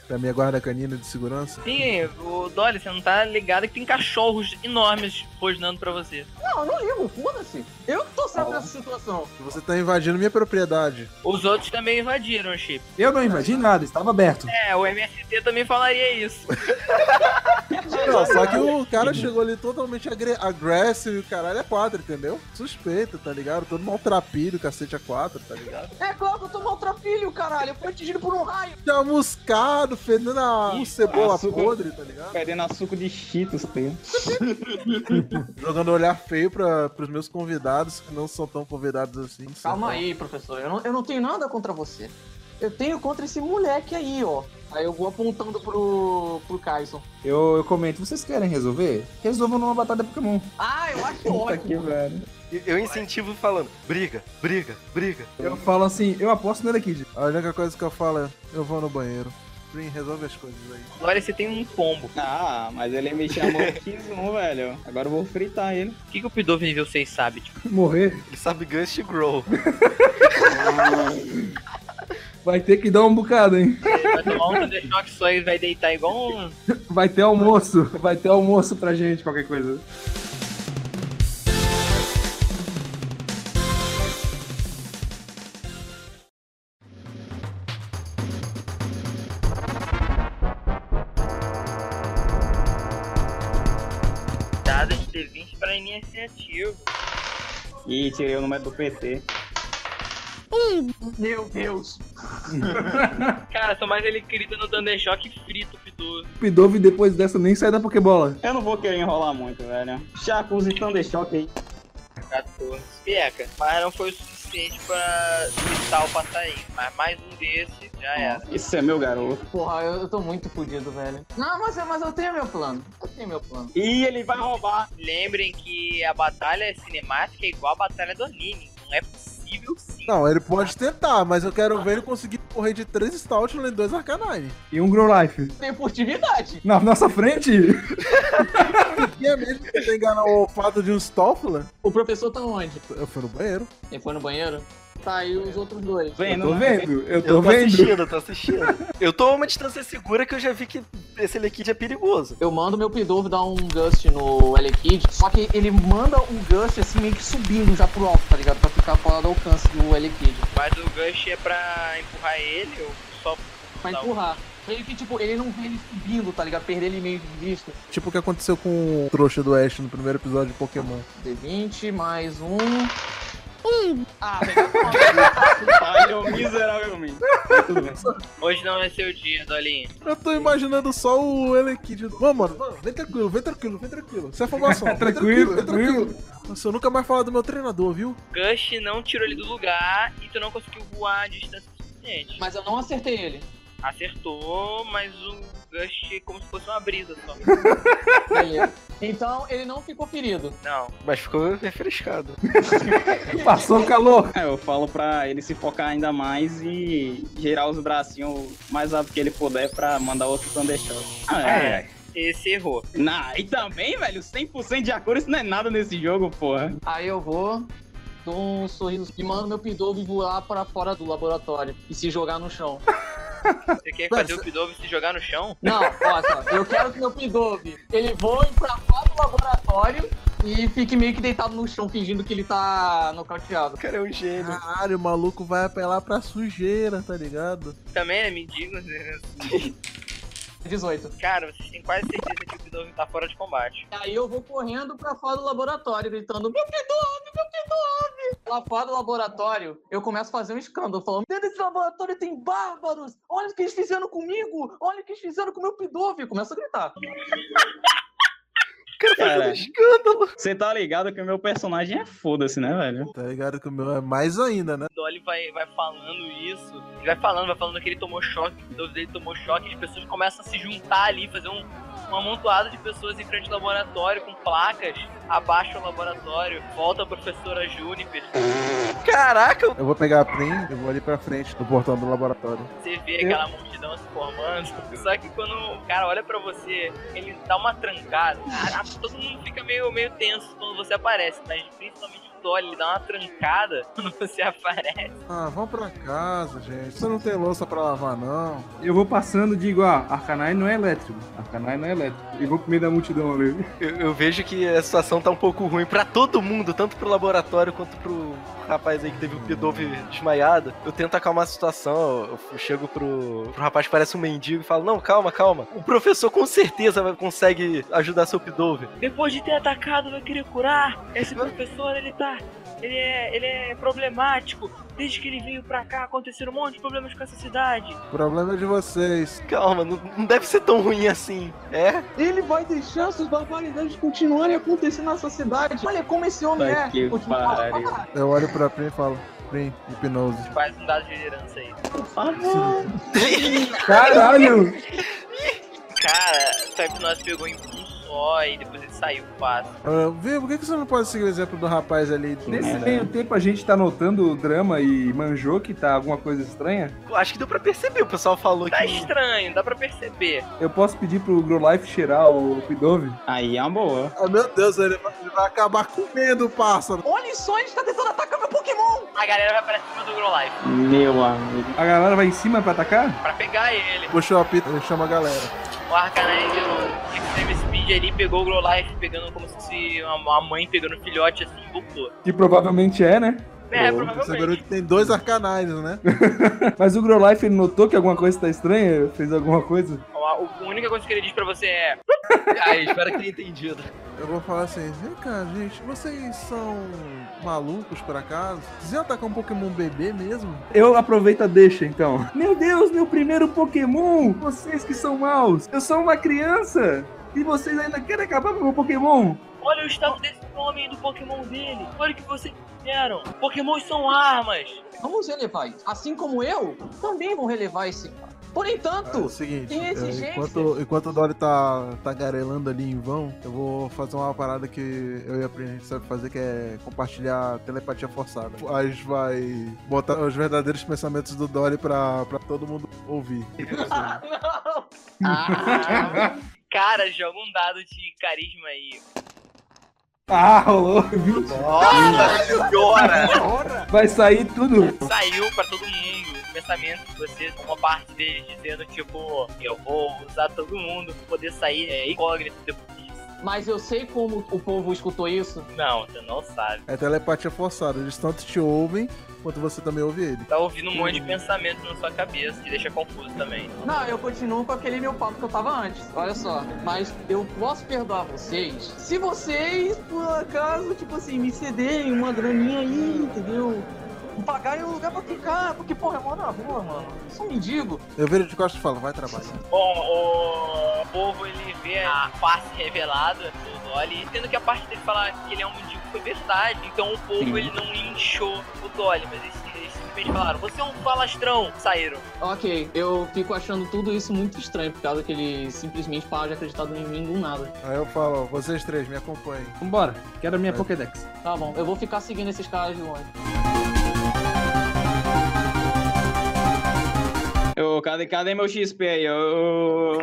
Speaker 5: Pra minha guarda canina de segurança.
Speaker 1: Sim, o Dolly, você não tá ligado que tem cachorros enormes rosnando pra você.
Speaker 4: Não, eu não ligo, foda-se. Eu tô sabendo dessa situação.
Speaker 5: Você tá invadindo minha propriedade.
Speaker 1: Os outros também invadiram o chip.
Speaker 6: Eu não invadi nada, estava aberto.
Speaker 1: É, o MST também falaria isso.
Speaker 5: Não, só que o cara chegou ali totalmente agre agressivo e o caralho é 4, entendeu? Suspeita, tá ligado? Todo maltrapilho, cacete é 4, tá ligado?
Speaker 4: É claro que eu tô maltrapilho, caralho. Eu fui atingido por um raio.
Speaker 5: Chamuscado, fedendo a um
Speaker 3: Isso,
Speaker 5: cebola
Speaker 3: açúcar.
Speaker 5: podre, tá ligado?
Speaker 3: Perdendo a suco de Cheetos, tio.
Speaker 5: Jogando olhar feio pra, pros meus convidados, que não são tão convidados assim.
Speaker 4: Calma aí, professor. Eu não, eu não tenho nada contra você. Eu tenho contra esse moleque aí, ó. Aí eu vou apontando pro, pro Kaison.
Speaker 6: Eu, eu comento, vocês querem resolver? Resolvam numa batalha Pokémon.
Speaker 4: Ah, eu acho
Speaker 3: Puta
Speaker 4: ótimo.
Speaker 3: que velho.
Speaker 2: Eu- Eu incentivo falando, briga, briga, briga.
Speaker 6: Eu falo assim, eu aposto nele aqui.
Speaker 5: A única coisa que eu falo é, eu vou no banheiro. Prim, resolve as coisas aí.
Speaker 1: Dolly, você tem um pombo.
Speaker 3: Ah, mas ele me chamou de X1, velho. Agora eu vou fritar ele.
Speaker 1: O que, que o Pidove nível 6 sabe? Tipo,
Speaker 6: Morrer,
Speaker 2: Ele sabe Gust e Grow.
Speaker 6: vai ter que dar um bocado, hein?
Speaker 1: ele vai tomar um Thundershock só e vai deitar igual um...
Speaker 6: Vai ter almoço, vai ter almoço pra gente, qualquer coisa.
Speaker 1: iniciativa.
Speaker 3: Ih, tirei o número do PT.
Speaker 4: Meu Deus.
Speaker 1: Cara, sou mais ele querido no Dandejock frito, pidoso.
Speaker 6: Pidove depois dessa nem sai da Pokébola.
Speaker 3: Eu não vou querer enrolar muito, velho. Chacuz e Thundershock aí.
Speaker 1: 14. Peca, Tá mas não foi o suficiente pra evitar o passarinho. Mas mais um desse já era.
Speaker 3: Isso é meu garoto.
Speaker 4: Porra, eu, eu tô muito fudido, velho. Não, mas, eu- mas eu tenho meu plano. Eu tenho meu plano.
Speaker 3: E ele vai roubar.
Speaker 1: Lembrem que a batalha cinemática é igual a batalha do anime. Não é possível sim.
Speaker 5: Não, ele pode tentar, mas eu quero ver ele conseguir correr de 3 Stout e 2 Arcanine.
Speaker 6: E um Growlife.
Speaker 4: Deportividade.
Speaker 6: Na nossa frente?
Speaker 5: E é mesmo que você enganar o fato de um Stoffler?
Speaker 4: O professor tá onde?
Speaker 5: Eu fui no banheiro.
Speaker 4: Ele foi no banheiro? Tá, aí os outros dois?
Speaker 3: Vendo,
Speaker 6: Tô
Speaker 3: né?
Speaker 6: vendo, eu tô
Speaker 2: Eu tô
Speaker 6: vendo.
Speaker 2: assistindo, eu tô assistindo. Eu tô a uma distância segura que eu já vi que esse Elekid é perigoso.
Speaker 4: Eu mando meu Pidorf dar um Gust no Elekid, só que ele manda um Gust assim meio que subindo já pro alto, tá ligado? Pra ficar fora do alcance do Elekid.
Speaker 1: Mas o Gush é pra empurrar ele ou só.
Speaker 4: Pra
Speaker 1: Tá.
Speaker 4: empurrar. Meio que tipo, ele não vê ele subindo, tá ligado? Perder ele meio de vista.
Speaker 5: Tipo o que aconteceu com o trouxa do Ash no primeiro episódio de Pokémon.
Speaker 4: D20, mais um. Um! Ah, velho,
Speaker 3: Falhou miseravelmente. Tudo bem.
Speaker 1: Hoje não vai ser o dia, Dolinho.
Speaker 5: Eu tô imaginando só o Elekid. Vamos, mano, vamos, vem tranquilo, vem tranquilo, vem tranquilo. Sem afobação. vem
Speaker 6: Tranquilo,
Speaker 5: vem Nossa, eu nunca mais falo do meu treinador, viu?
Speaker 1: Gush não tirou ele do lugar e tu não conseguiu voar a distância suficiente.
Speaker 4: mas eu não acertei ele.
Speaker 1: Acertou, mas o Gush é como se fosse uma brisa só.
Speaker 4: Beleza. Então ele não ficou ferido.
Speaker 1: Não.
Speaker 2: Mas ficou refrescado.
Speaker 6: Passou o calor.
Speaker 3: É, eu falo pra ele se focar ainda mais e girar os bracinhos o mais rápido que ele puder pra mandar outro Thundershock. Ah, é.
Speaker 1: É. Esse errou.
Speaker 3: Nah, e também, velho, 100% de acordo, isso não é nada nesse jogo, porra.
Speaker 4: Aí eu vou, dou um sorriso e mando meu Pidove voar pra fora do laboratório e se jogar no chão.
Speaker 1: Você quer fazer
Speaker 5: Mas-
Speaker 1: o Pidove se jogar no chão?
Speaker 4: Não, olha só, eu quero que meu Pidove ele voe pra fora do laboratório e fique meio que deitado no chão fingindo que ele tá nocauteado.
Speaker 2: O cara é um gênio.
Speaker 5: Caralho, o maluco vai apelar pra sujeira, tá ligado?
Speaker 1: Também é mendigo. né?
Speaker 4: 18.
Speaker 1: Cara, vocês têm quase certeza que o Pidove tá fora de combate.
Speaker 4: Aí eu vou correndo pra fora do laboratório, gritando: Meu Pidove, meu Pidove! Lá fora do laboratório, eu começo a fazer um escândalo, falando: Dentro desse laboratório tem bárbaros! Olha o que eles fizeram comigo! Olha o que eles fizeram com o meu Pidove! Começa a gritar.
Speaker 3: Cara,
Speaker 2: um Escândalo.
Speaker 3: você tá ligado que o meu personagem é foda-se, né, velho?
Speaker 5: Tá ligado que o meu é mais ainda, né?
Speaker 1: O Dolly vai, vai falando isso. Ele vai falando, vai falando que ele tomou choque, que o Pidove dele tomou choque. As pessoas começam a se juntar ali, fazer um, um amontoado de pessoas em frente ao laboratório com placas. Abaixa o laboratório, volta a professora Juniper.
Speaker 2: Caraca,
Speaker 5: Eu vou pegar a Prim e vou ali pra frente do portão do laboratório.
Speaker 1: Você vê aquela multidão se formando. Só que quando o cara olha pra você, ele dá uma trancada. Ah, Todo mundo fica meio, meio tenso quando você aparece, mas principalmente o Dolly, ele dá uma trancada quando você aparece.
Speaker 5: Ah, vamos pra casa, gente. Você não tem louça pra lavar, não.
Speaker 6: Eu vou passando e digo, ah, Arcanai não é elétrico. Arcanai não é elétrico. E vou pro meio da multidão ali.
Speaker 2: eu, eu vejo que a situação tá um pouco ruim pra todo mundo, tanto pro laboratório quanto pro rapaz aí que teve o Pidove desmaiado. Eu tento acalmar a situação, eu, eu chego pro, pro rapaz que parece um mendigo e falo, não, calma, calma. O professor com certeza vai- consegue ajudar seu Pidove.
Speaker 1: Depois de ter atacado, vai querer curar. Esse professor, ele tá. Ele é, ele é problemático. Desde que ele veio pra cá, aconteceram um monte de problemas com essa cidade.
Speaker 5: O problema é de vocês.
Speaker 2: Calma, não, não deve ser tão ruim assim. É?
Speaker 4: Ele vai deixar essas barbaridades continuarem acontecendo nessa cidade. Olha como esse homem
Speaker 3: Vai
Speaker 4: é.
Speaker 3: que
Speaker 4: Continua.
Speaker 3: pariu.
Speaker 5: Eu olho pra Prim e falo, Prim, hipnose.
Speaker 1: Faz um dado de liderança aí.
Speaker 3: Por favor.
Speaker 6: Caralho!
Speaker 1: Cara, sua hipnose pegou em um só e depois ele saiu fácil.
Speaker 5: Ah, Viu, por que que você não pode seguir o exemplo do rapaz ali?
Speaker 6: Nesse
Speaker 3: merda.
Speaker 6: meio tempo a gente tá notando o drama e manjou que tá alguma coisa estranha.
Speaker 2: Acho que deu pra perceber, o pessoal falou
Speaker 1: Tá
Speaker 2: que...
Speaker 1: estranho, dá pra perceber.
Speaker 6: Eu posso pedir pro Growlife cheirar o Pidove?
Speaker 3: Aí é uma boa.
Speaker 5: Ah, meu Deus, ele vai, ele vai acabar comendo o pássaro.
Speaker 4: Olha só, ele tá tentando atacar meu Pokémon!
Speaker 1: A galera vai pra cima do Growlife
Speaker 3: Meu amigo.
Speaker 6: A galera vai em cima pra atacar?
Speaker 1: pra pegar ele.
Speaker 5: Puxou a pita, ele chama a galera.
Speaker 1: O Arcanine deu Extreme Speed ali, pegou o Growlife pegando como se fosse uma- uma mãe pegando um filhote assim e voltou.
Speaker 6: Que provavelmente é, né?
Speaker 1: É,
Speaker 5: Perceberam
Speaker 1: provavelmente.
Speaker 5: que tem dois arcanines, né?
Speaker 6: Mas o Growlife ele notou que alguma coisa tá estranha? Fez alguma coisa?
Speaker 1: O, a única coisa que ele diz pra você é. Ai, espero que tenha entendido.
Speaker 5: Eu vou falar assim, vem cá, gente, vocês são malucos por acaso? Vocês iam atacar um Pokémon bebê mesmo?
Speaker 6: Eu aproveito a deixa, então. Meu Deus, meu primeiro Pokémon! Vocês que são maus! Eu sou uma criança! E vocês ainda querem acabar com o meu Pokémon?
Speaker 1: Olha o estado desse homem e do Pokémon dele. Olha o que vocês fizeram. Pokémons são armas.
Speaker 4: Vamos relevar isso. Assim como eu, também vão relevar esse cara. Por
Speaker 5: É o
Speaker 4: entanto,
Speaker 5: seguinte,
Speaker 4: Tem
Speaker 5: é,
Speaker 4: exigências.
Speaker 5: enquanto, enquanto o Dory tá, tá garelando ali em vão, eu vou fazer uma parada que eu e a Pri, a gente sabe fazer, que é compartilhar telepatia forçada. A gente vai botar os verdadeiros pensamentos do Dory pra, pra todo mundo ouvir.
Speaker 4: não.
Speaker 1: Ah, cara, joga um dado de carisma aí.
Speaker 6: Ah, rolou! Viu?
Speaker 1: Nossa senhora!
Speaker 6: Vai sair tudo!
Speaker 1: Saiu pra todo mundo o pensamento de você, uma parte deles dizendo, tipo, eu vou usar todo mundo pra poder sair é, incógnito depois disso.
Speaker 4: Mas eu sei como o povo escutou isso.
Speaker 1: Não, você não sabe.
Speaker 5: É telepatia forçada, eles tanto te ouvem quanto você também ouve ele.
Speaker 1: Tá ouvindo um monte de pensamento na sua cabeça, que deixa confuso também.
Speaker 4: Não, eu continuo com aquele meu papo que eu tava antes. Olha só, mas eu posso perdoar vocês se vocês, por acaso, tipo assim, me cederem uma graninha aí, entendeu? Pagarem um lugar pra ficar, porque, porra, eu moro na rua, mano. Eu sou um mendigo.
Speaker 5: Eu viro de costas e falo, vai trabalhar.
Speaker 1: Bom, o povo ele vê a face revelada do Dolly, sendo que a parte dele falar que ele é um mendigo foi verdade. Então o povo
Speaker 6: Sim.
Speaker 1: ele não linchou o Dolly, mas eles, eles simplesmente falaram: Você é um falastrão! Saíram.
Speaker 4: Ok, eu fico achando tudo isso muito estranho, por causa que ele simplesmente para de acreditar no mim do nada.
Speaker 5: Aí eu falo, vocês três, me acompanhem.
Speaker 6: Vambora, quero a minha
Speaker 5: É.
Speaker 6: Pokédex.
Speaker 4: Tá bom, eu vou ficar seguindo esses caras de longe.
Speaker 3: Ô, cadê, cadê meu XP aí? Ô, ô, ô.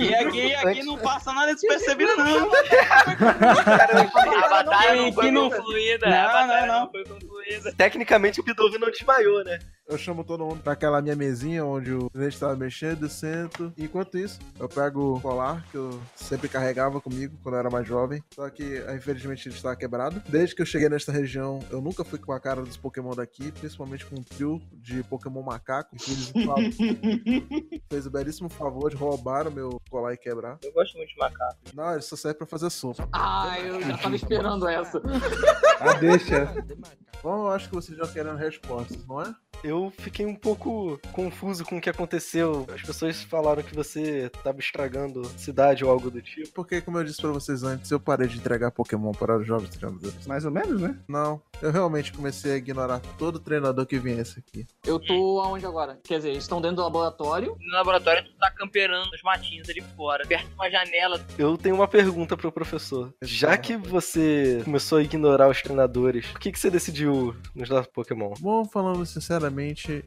Speaker 3: E aqui, aqui não passa nada despercebido, não.
Speaker 1: A batalha
Speaker 3: não
Speaker 1: não
Speaker 3: foi
Speaker 1: foi
Speaker 3: não-
Speaker 1: concluída.
Speaker 3: Não,
Speaker 1: a batalha
Speaker 3: não,
Speaker 1: não,
Speaker 3: não.
Speaker 1: foi concluída.
Speaker 2: Tecnicamente o Bidove não desmaiou, né?
Speaker 5: Eu chamo todo mundo pra aquela minha mesinha onde o cliente tava mexendo, sento. Enquanto isso, eu pego o colar que eu sempre carregava comigo quando eu era mais jovem. Só que, infelizmente, ele está quebrado. Desde que eu cheguei nesta região, eu nunca fui com a cara dos Pokémon daqui, principalmente com um trio de Pokémon macaco. Que eles fa- fez o belíssimo favor de roubar o meu colar e quebrar.
Speaker 1: Eu gosto muito de macaco.
Speaker 5: Não, ele só serve pra fazer sopa.
Speaker 4: Ah, eu já tava esperando essa.
Speaker 6: Ah, deixa.
Speaker 5: Bom, eu acho que vocês já querendo respostas, não é?
Speaker 2: Eu fiquei um pouco confuso com o que aconteceu. As pessoas falaram que você tava estragando a cidade ou algo do tipo.
Speaker 5: Porque, como eu disse pra vocês antes, eu parei de entregar Pokémon para os jovens treinadores.
Speaker 6: Mais ou menos, né?
Speaker 5: assim. Não, eu realmente comecei a ignorar todo treinador que viesse aqui.
Speaker 4: Eu tô aonde agora? Quer dizer, eles estão dentro do laboratório.
Speaker 1: No laboratório, tu tá camperando nos matinhos ali fora, perto de uma janela.
Speaker 2: Eu tenho uma pergunta pro professor. Já que você começou a ignorar os treinadores, por que, que você decidiu nos dar Pokémon?
Speaker 5: Bom, falando sinceramente,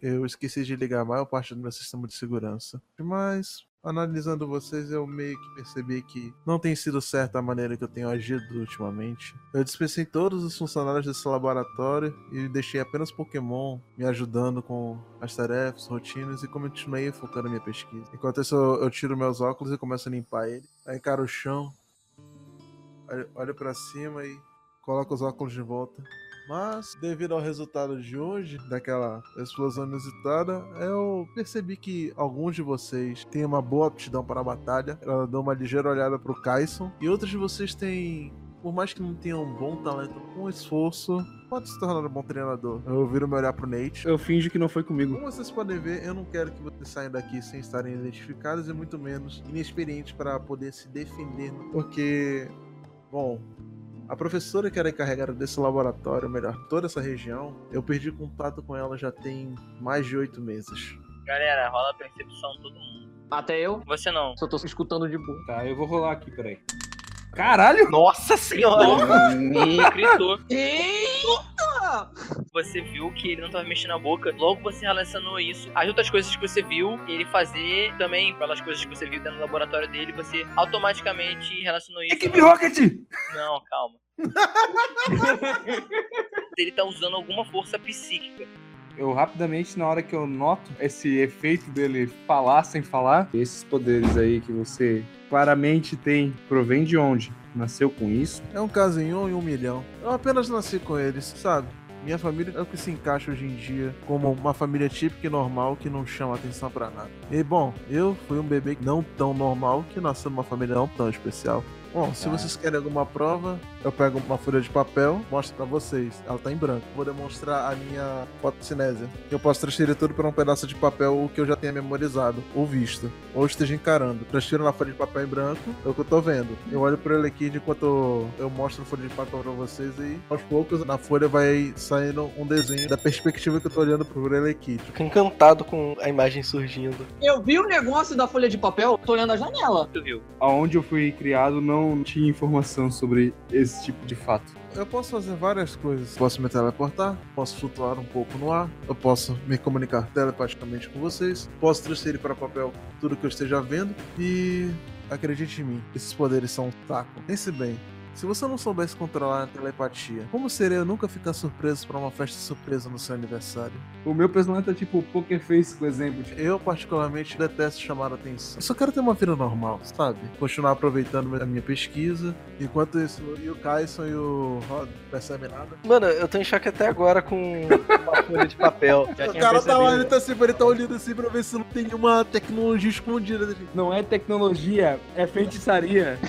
Speaker 5: eu esqueci de ligar a maior parte do meu sistema de segurança. Mas, analisando vocês, eu meio que percebi que não tem sido certa a maneira que eu tenho agido ultimamente. Eu dispensei todos os funcionários desse laboratório e deixei apenas Pokémon me ajudando com as tarefas, rotinas e continuei focando a minha pesquisa. Enquanto isso, eu eu tiro meus óculos e começo a limpar ele. Aí encaro o chão, olho- olho pra cima e coloco os óculos de volta. Mas, devido ao resultado de hoje, daquela explosão inusitada, eu percebi que alguns de vocês têm uma boa aptidão para a batalha. Eu dou uma ligeira olhada pro Kaison. E outros de vocês têm, por mais que não tenham um bom talento, um esforço, pode se tornar um bom treinador. Eu viro me olhar pro Nate.
Speaker 6: Eu finjo que não foi comigo.
Speaker 5: Como vocês podem ver, eu não quero que vocês saiam daqui sem estarem identificados e muito menos inexperientes para poder se defender. Porque, bom, a professora que era encarregada desse laboratório, ou melhor, toda essa região, eu perdi contato com ela já tem mais de oito meses.
Speaker 1: Galera, rola a percepção todo mundo.
Speaker 4: Até eu.
Speaker 1: Você não.
Speaker 4: Só tô escutando de boa.
Speaker 6: Tá, eu vou rolar aqui, peraí. Caralho!
Speaker 2: Nossa senhora!
Speaker 1: Gritou.
Speaker 4: Eita!
Speaker 1: Você viu que ele não tava mexendo a boca. Logo você relacionou isso. As outras coisas que você viu ele fazer também, pelas coisas que você viu dentro do laboratório dele, você automaticamente relacionou isso.
Speaker 6: Equipe É Rocket!
Speaker 1: Não, calma. ele tá usando alguma força psíquica.
Speaker 6: Eu rapidamente, na hora que eu noto esse efeito dele falar sem falar, esses poderes aí que você claramente tem, provém de onde? Nasceu com isso?
Speaker 5: É um caso em um e um milhão. Eu apenas nasci com eles, sabe? Minha família é o que se encaixa hoje em dia como uma família típica e normal que não chama atenção pra nada. E bom, eu fui um bebê não tão normal que nasceu numa família não tão especial. Bom, se vocês querem alguma prova, eu pego uma folha de papel, mostro pra vocês. Ela tá em branco. Vou demonstrar a minha fotocinésia. Eu posso transferir tudo pra um pedaço de papel o que eu já tenha memorizado, ou visto, ou esteja encarando. Transfiro na folha de papel em branco, é o que eu tô vendo. Eu olho pro Elekid enquanto eu mostro a folha de papel pra vocês e aos poucos na folha vai saindo um desenho da perspectiva que eu tô olhando pro Elekid.
Speaker 2: Fico encantado com a imagem surgindo.
Speaker 4: Eu vi o negócio da folha de papel, tô olhando a janela.
Speaker 1: Tu viu?
Speaker 6: Aonde eu fui criado não tinha informação sobre esse tipo de fato.
Speaker 5: Eu posso fazer várias coisas. Posso me teleportar, posso flutuar um pouco no ar, eu posso me comunicar telepaticamente com vocês, posso transferir para papel tudo que eu esteja vendo e acredite em mim, esses poderes são um taco. Pense bem. Se você não soubesse controlar a telepatia, como seria eu nunca ficar surpreso para uma festa surpresa no seu aniversário?
Speaker 6: O meu personagem tá tipo o Poker Face, por exemplo. Tipo,
Speaker 5: Eu, particularmente, detesto chamar a atenção. Eu só quero ter uma vida normal, sabe? Continuar aproveitando a minha pesquisa. Enquanto isso, e o Kaison e o Rod não percebem nada.
Speaker 2: Mano, eu tô em choque até agora com uma folha de papel.
Speaker 3: Já
Speaker 5: o
Speaker 3: tinha
Speaker 5: cara tá
Speaker 3: percebido.
Speaker 5: lá,
Speaker 7: né?
Speaker 5: ele tá, assim, ele tá olhando assim pra ver se não tem nenhuma tecnologia escondida. né, gente?
Speaker 6: não é tecnologia, é feitiçaria.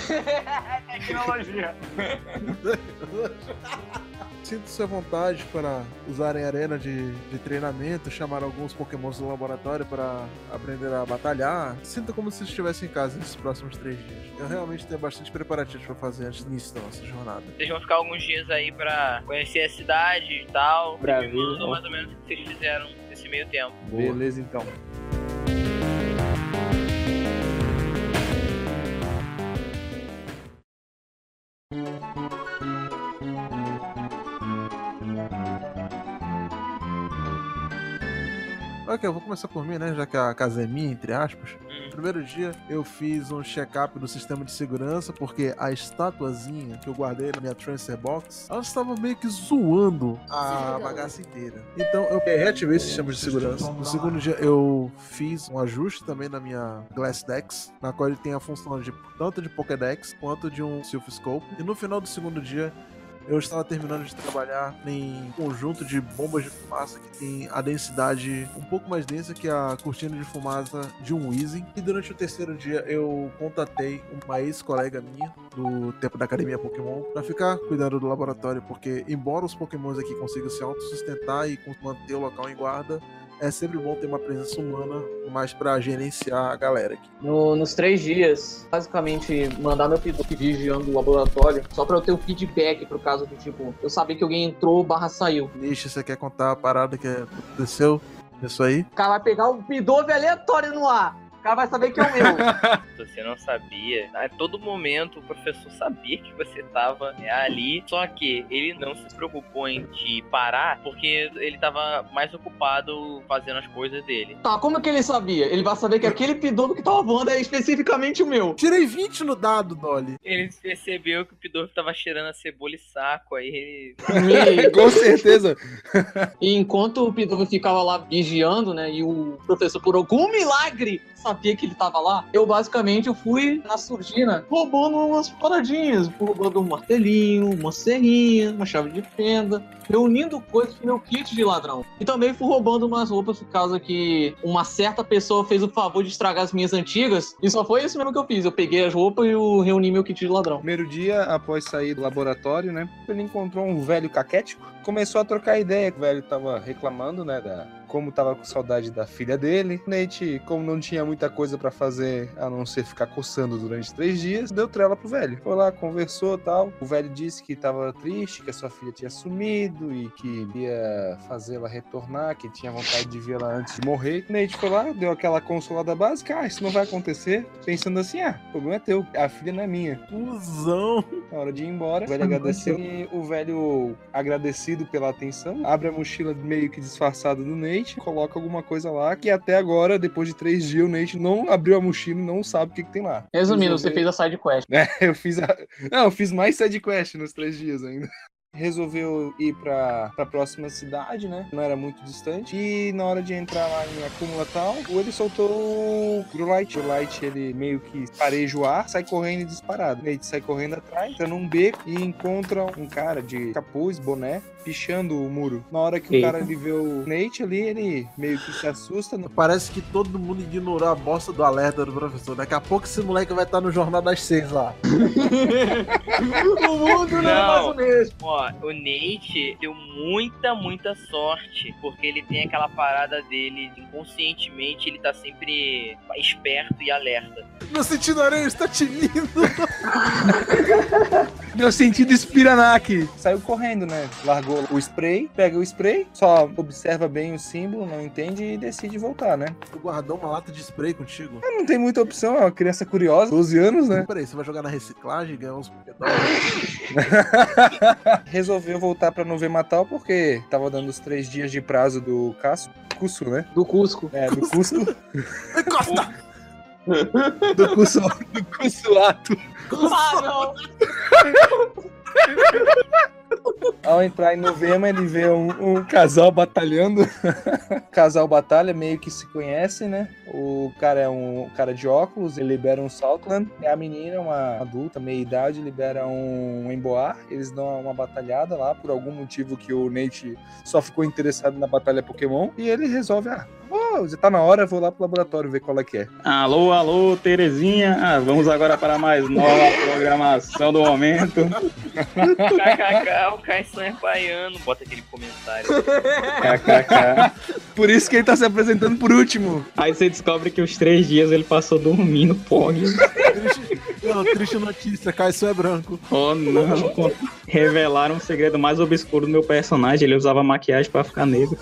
Speaker 5: Sinto-se à vontade para usarem arena de, de treinamento, chamar alguns pokémons do laboratório para aprender a batalhar. Sinta como se estivesse em casa nesses próximos três dias. Eu realmente tenho bastante preparativos para fazer antes do início da nossa jornada.
Speaker 1: Vocês vão ficar alguns dias aí pra conhecer a cidade e tal.
Speaker 6: Brasil.
Speaker 1: Vocês me mandam mais ou menos o que vocês fizeram nesse meio tempo.
Speaker 6: Beleza, então.
Speaker 5: Ok, eu vou começar por mim, né? Já que a casa é minha, entre aspas.
Speaker 1: Hum.
Speaker 5: Primeiro dia, eu fiz um check-up do sistema de segurança, porque a estatuazinha que eu guardei na minha transfer box, ela estava meio que zoando a
Speaker 8: Zoando.
Speaker 5: bagaça inteira. Então, eu reativei esse sistema de segurança. No segundo dia, eu fiz um ajuste também na minha Glass Dex, na qual ele tem a função de tanto de Pokédex quanto de um Silph Scope. E no final do segundo dia, eu estava terminando de trabalhar em um conjunto de bombas de fumaça que tem a densidade um pouco mais densa que a cortina de fumaça de um Weezing. E durante o terceiro dia eu contatei uma ex-colega minha do tempo da academia Pokémon para ficar cuidando do laboratório, porque embora os Pokémons aqui consigam se autossustentar e manter o local em guarda, é sempre bom ter uma presença humana mais para gerenciar a galera aqui.
Speaker 4: No- nos três dias, basicamente, mandar meu feedback vigiando o laboratório, só pra eu ter o feedback pro caso do tipo, eu saber que alguém entrou barra saiu.
Speaker 5: Nishi, você quer contar a parada que aconteceu? Isso aí?
Speaker 4: O cara vai pegar um pidove aleatório no ar. O cara vai saber que é o meu.
Speaker 1: Você não sabia. A todo momento o professor sabia que você tava é, ali. Só que ele não se preocupou em te parar porque ele tava mais ocupado fazendo as coisas dele.
Speaker 4: Tá, como que ele sabia? Ele vai saber que aquele pidolo que tava voando é especificamente o meu.
Speaker 5: Tirei 20 no dado, Dolly.
Speaker 1: Ele percebeu que o Pidorf tava cheirando a cebola e saco. Aí ele
Speaker 4: E,
Speaker 6: Com certeza.
Speaker 4: e enquanto o pidolo ficava lá vigiando, né, e o professor, por algum milagre, sabia que ele tava lá, eu basicamente eu fui na surdina roubando umas paradinhas. Fui Roubando um martelinho, uma serrinha, uma chave de fenda, reunindo coisas pro meu kit de ladrão. E também fui roubando umas roupas por causa que uma certa pessoa fez o favor de estragar as minhas antigas. E só foi isso mesmo que eu fiz. Eu peguei as roupas e eu reuni meu kit de ladrão.
Speaker 6: Então, Primeiro dia, após sair do laboratório, né? Ele encontrou um velho caquético, começou a trocar ideia. O velho tava reclamando, né, da como tava com saudade da filha dele. Nate, como não tinha muita coisa pra fazer a não ser ficar coçando durante três dias, deu trela pro velho. Foi lá, conversou tal. O velho disse que tava triste, que a sua filha tinha sumido e que ia fazê-la retornar, que tinha vontade de vê-la antes de morrer. Nate foi lá, deu aquela consolada básica: ah, isso não vai acontecer. Pensando assim: ah, o problema é teu, a filha não é minha.
Speaker 5: Cusão.
Speaker 6: Na hora de ir embora, o velho agradeceu. E o velho, agradecido pela atenção, abre a mochila meio que disfarçada do Nate, coloca alguma coisa lá, que até agora, depois de três dias, o Nate não abriu a mochila e não sabe o que, que tem lá.
Speaker 4: Resumindo, você
Speaker 6: Resolveu-
Speaker 4: fez a side quest.
Speaker 6: Eu fiz a... Não, eu fiz mais sidequest nos três dias ainda. resolveu ir pra, pra próxima cidade, né? Não era muito distante. E na hora de entrar lá em Acúmula tal, o ele soltou o Grulite. O Grulite, ele meio que pareja o ar, sai correndo e disparado. Nate sai correndo atrás, entra num beco e encontra um cara de capuz, boné, pichando o muro. Na hora que o
Speaker 3: Eita.
Speaker 6: cara ele vê o Nate ali, ele meio que se assusta. não-
Speaker 5: Parece que todo mundo ignorou a bosta do alerta do professor. Daqui a pouco esse moleque vai estar no Jornal das Seis lá.
Speaker 4: o mundo não, é
Speaker 1: Não.
Speaker 4: mais o mesmo.
Speaker 1: Ó, o Nate deu muita, muita sorte, porque ele tem aquela parada dele, de inconscientemente ele tá sempre esperto e alerta.
Speaker 5: Meu sentido aranha está te lindo.
Speaker 6: Meu sentido espiranaque. Saiu correndo, né? Largou o spray, pega o spray, só observa bem o símbolo, não entende e decide voltar, né?
Speaker 5: Tu guardou uma lata de spray contigo?
Speaker 6: Não tem muita opção, é uma criança curiosa, 12 anos, né?
Speaker 5: Peraí, você vai jogar na reciclagem e ganhar uns pedóis?
Speaker 6: Resolveu voltar pra Novematal porque tava dando os três dias de prazo do Casso. Curso, né?
Speaker 4: Do Cusco.
Speaker 6: É, do curso.
Speaker 5: Costa!
Speaker 6: Do curso. Do consulato.
Speaker 4: Ah, não.
Speaker 6: Ao entrar em novembro, ele vê um, um casal batalhando. O casal batalha, meio que se conhece, né? O cara é um cara de óculos, ele libera um Saltland. E a menina, uma adulta, meia idade, libera um emboar. Eles dão uma batalhada lá, por algum motivo que o Nate só ficou interessado na batalha Pokémon. E ele resolve, ah, vou, já tá na hora, vou lá pro laboratório ver qual é que é.
Speaker 3: Alô, alô, Terezinha. Ah, vamos agora para a mais nova programação do momento.
Speaker 1: KKK, o Caisson é baiano, bota aquele comentário.
Speaker 3: KKK.
Speaker 6: Por isso que ele tá se apresentando por último.
Speaker 3: Aí você descobre que os três dias ele passou dormindo, Pog.
Speaker 5: Triste- Não, triste notícia, Caio é branco.
Speaker 3: Oh, não. Revelaram um segredo mais obscuro do meu personagem. Ele usava maquiagem pra ficar negro.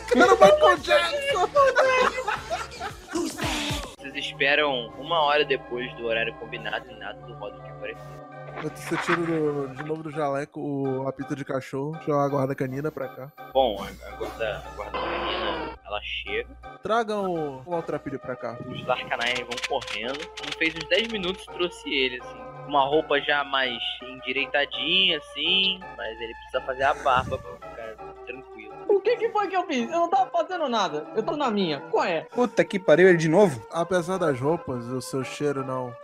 Speaker 1: Vocês esperam uma hora depois do horário combinado e nada do Roderick aparecer.
Speaker 5: Você tira do- de novo do jaleco o apito de cachorro, chama a guarda canina pra cá.
Speaker 1: Bom, a a guarda, a guarda menina, ela chega,
Speaker 5: Tragam o Maltrapilho um, pra cá.
Speaker 1: os Larcanine vão correndo. Quando fez uns 10 minutos, trouxe ele, assim. com Uma roupa já mais endireitadinha, assim. Mas ele precisa fazer a barba pra ficar tranquilo.
Speaker 4: O que, que foi que eu fiz? Eu não tava fazendo nada. Eu tô na minha. Qual é?
Speaker 6: Puta que pariu, ele de novo?
Speaker 5: Apesar das roupas, o seu cheiro não.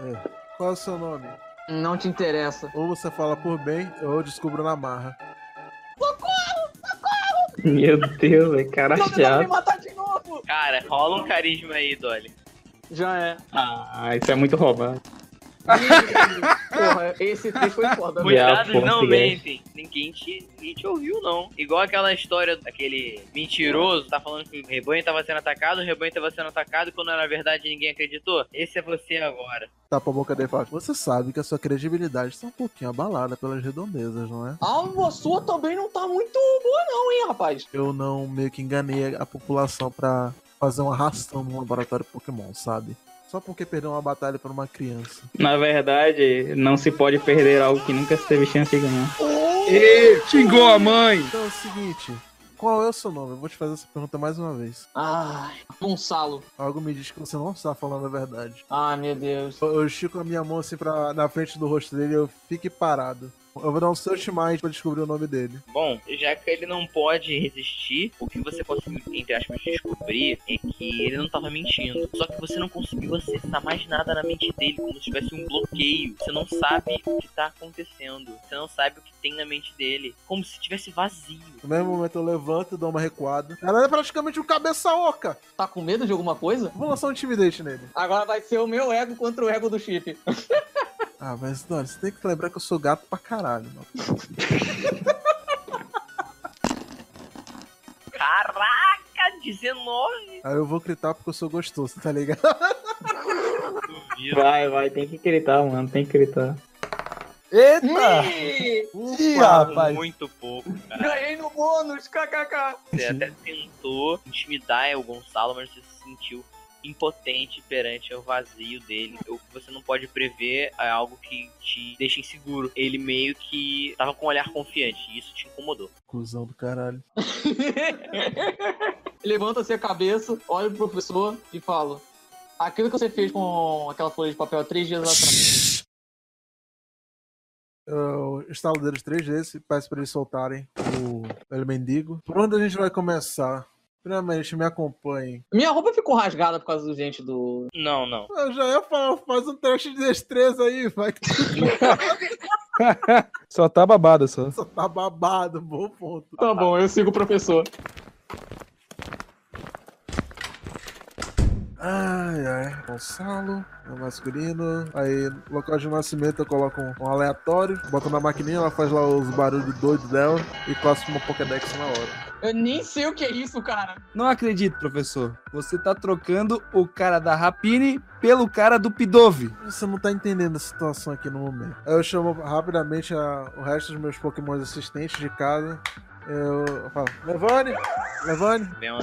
Speaker 5: É. Qual é o seu nome?
Speaker 4: Não te interessa.
Speaker 5: Ou você fala por bem, ou eu descubro na marra.
Speaker 3: Meu Deus, velho. Cara
Speaker 4: Tô tentando Então me
Speaker 3: chato.
Speaker 4: matar de novo.
Speaker 1: Cara, rola um carisma aí, Dolly.
Speaker 4: Já é.
Speaker 3: Ah, isso é muito roubado.
Speaker 4: Porra, esse texto foi foda.
Speaker 3: Foi.
Speaker 4: Foi.
Speaker 1: Cuidado,
Speaker 3: pô,
Speaker 1: não
Speaker 3: se
Speaker 1: mentem. Ninguém te, ninguém te ouviu, não. Igual aquela história daquele mentiroso, tá falando que o rebanho tava sendo atacado, o rebanho tava sendo atacado, quando na verdade ninguém acreditou. Esse é você agora.
Speaker 5: Tapa a boca dele e fala: Você sabe que a sua credibilidade está um pouquinho abalada pelas redondezas, não é?
Speaker 4: A sua também não tá muito boa, não, hein, rapaz?
Speaker 5: Eu não meio que enganei a população pra fazer um arrastão no laboratório Pokémon, sabe? Só porque perdeu uma batalha pra uma criança.
Speaker 3: Na verdade, não se pode perder algo que nunca se teve chance de ganhar.
Speaker 6: Ê, xingou a mãe!
Speaker 5: Então é o seguinte: Qual é o seu nome? Eu vou te fazer essa pergunta mais uma vez.
Speaker 4: Ai, tá Gonçalo.
Speaker 5: Algo me diz que você não está falando a verdade.
Speaker 4: Ai, meu Deus.
Speaker 5: Eu eu estico a minha mão assim pra, na frente do rosto dele e eu fique parado. Eu vou dar um search mind pra descobrir o nome dele.
Speaker 1: Bom, já que ele não pode resistir, o que você conseguiu, entre aspas, descobrir é que ele não tava mentindo. Só que você não conseguiu acessar mais nada na mente dele, como se tivesse um bloqueio. Você não sabe o que tá acontecendo. Você não sabe o que tem na mente dele. Como se tivesse vazio.
Speaker 5: No mesmo momento eu levanto e dou uma recuada. Caralho, é praticamente um cabeça oca.
Speaker 4: Tá com medo de alguma coisa?
Speaker 5: Vou lançar um intimidate nele.
Speaker 4: Agora vai ser o meu ego contra o ego do chip.
Speaker 5: Ah, mas Dori, você tem que lembrar que eu sou gato pra caralho, mano.
Speaker 1: Caraca, 19!
Speaker 5: Aí eu vou gritar porque eu sou gostoso, tá ligado?
Speaker 3: Vai, vai, tem que gritar, mano, tem que gritar.
Speaker 5: Eita!
Speaker 4: Ih,
Speaker 5: Ih, rapaz!
Speaker 1: Muito pouco.
Speaker 4: Ganhei no bônus, kkk.
Speaker 1: Você até tentou intimidar o Gonçalo, mas você se sentiu impotente perante o vazio dele. O que você não pode prever é algo que te deixa inseguro. Ele meio que tava com um olhar confiante e isso te incomodou.
Speaker 5: Cusão do caralho.
Speaker 4: Levanta-se a cabeça, olha pro professor e fala: Aquilo que você fez com aquela folha de papel há três dias atrás.
Speaker 5: Eu instalo deles três vezes e peço pra eles soltarem o El Mendigo. Por onde a gente vai começar? Primeiramente, me acompanhem.
Speaker 4: Minha roupa ficou rasgada por causa do gente do.
Speaker 1: Não, não.
Speaker 5: Eu já ia falar, faz um teste de destreza aí, vai que
Speaker 8: Só tá babada só.
Speaker 5: só tá babado, bom ponto.
Speaker 4: Tá bom, eu sigo o professor.
Speaker 5: Ai, ai. Gonçalo, é masculino. Aí, local de nascimento, eu coloco um, um aleatório. Boto na maquininha, ela faz lá os barulhos doidos dela e cospe uma Pokédex na hora.
Speaker 4: Eu nem sei o que é isso, cara.
Speaker 6: Não acredito, professor. Você tá trocando o cara da Rapine pelo cara do Pidove.
Speaker 5: Você não tá entendendo a situação aqui no momento. Aí eu chamo rapidamente a- o resto dos meus Pokémons assistentes de casa. Eu falo, Levane! Levane!
Speaker 1: Vem, um-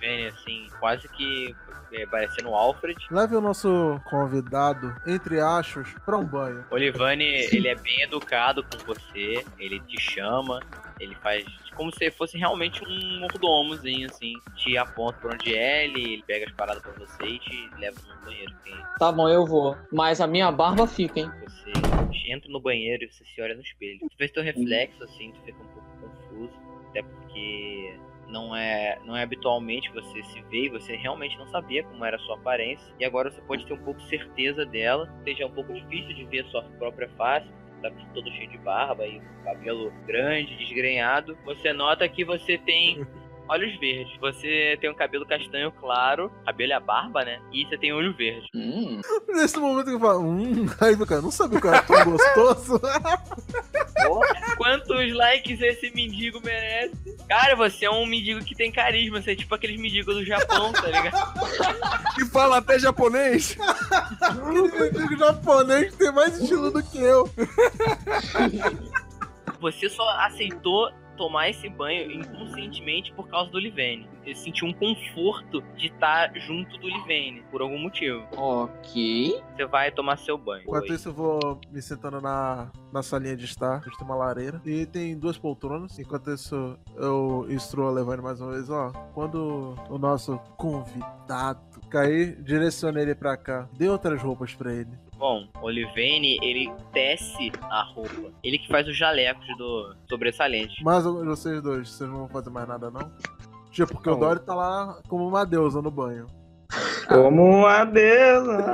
Speaker 1: vem assim, quase que é, parecendo o Alfred.
Speaker 5: Leve o nosso convidado, entre achos, pra um banho.
Speaker 1: Olivani, ele é bem educado com você, ele te chama, ele faz como se fosse realmente um mordomozinho, assim. Te aponta pra onde é, ele, ele pega as paradas pra você e te leva no banheiro. Tem
Speaker 4: Tá bom, eu vou. Mas a minha barba fica, hein?
Speaker 1: Você entra no banheiro e você se olha no espelho. Tu vê teu reflexo assim, tu fica um pouco confuso, até porque não é, não é habitualmente que você se vê e você realmente não sabia como era a sua aparência. E agora você pode ter um pouco certeza dela, seja um pouco difícil de ver a sua própria face. Tá todo cheio de barba e um cabelo grande, desgrenhado. Você nota que você tem olhos verdes. Você tem um cabelo castanho claro, cabelo é a barba, né? E você tem olho verde.
Speaker 4: Hum.
Speaker 5: Nesse momento que eu falo, hum, aí meu cara, não sabia que eu era tão gostoso.
Speaker 1: Quantos likes esse mendigo merece? Cara, você é um mendigo que tem carisma, você é tipo aqueles mendigos do Japão, tá ligado?
Speaker 8: E fala até japonês.
Speaker 5: Aquele mendigo japonês que tem mais estilo do que eu.
Speaker 1: Você só aceitou tomar esse banho inconscientemente por causa do Livene. Ele sentiu um conforto de estar junto do Livene, por algum motivo.
Speaker 4: Ok.
Speaker 1: Você vai tomar seu banho.
Speaker 5: Enquanto
Speaker 1: Oi.
Speaker 5: isso, eu vou me sentando na, na salinha de estar, onde tem uma lareira. E tem duas poltronas. Enquanto isso, eu instruo a Levane mais uma vez, ó. Quando o nosso convidado cair, direciona ele pra cá. Dê outras roupas pra ele.
Speaker 1: Bom, Olivene, ele tece a roupa. Ele que faz os jalecos do sobressalente.
Speaker 5: Mas eu- vocês dois, vocês não vão fazer mais nada, não? Tipo, porque o
Speaker 3: Não.
Speaker 5: Dory tá lá como uma deusa no banho.
Speaker 3: Como a deusa.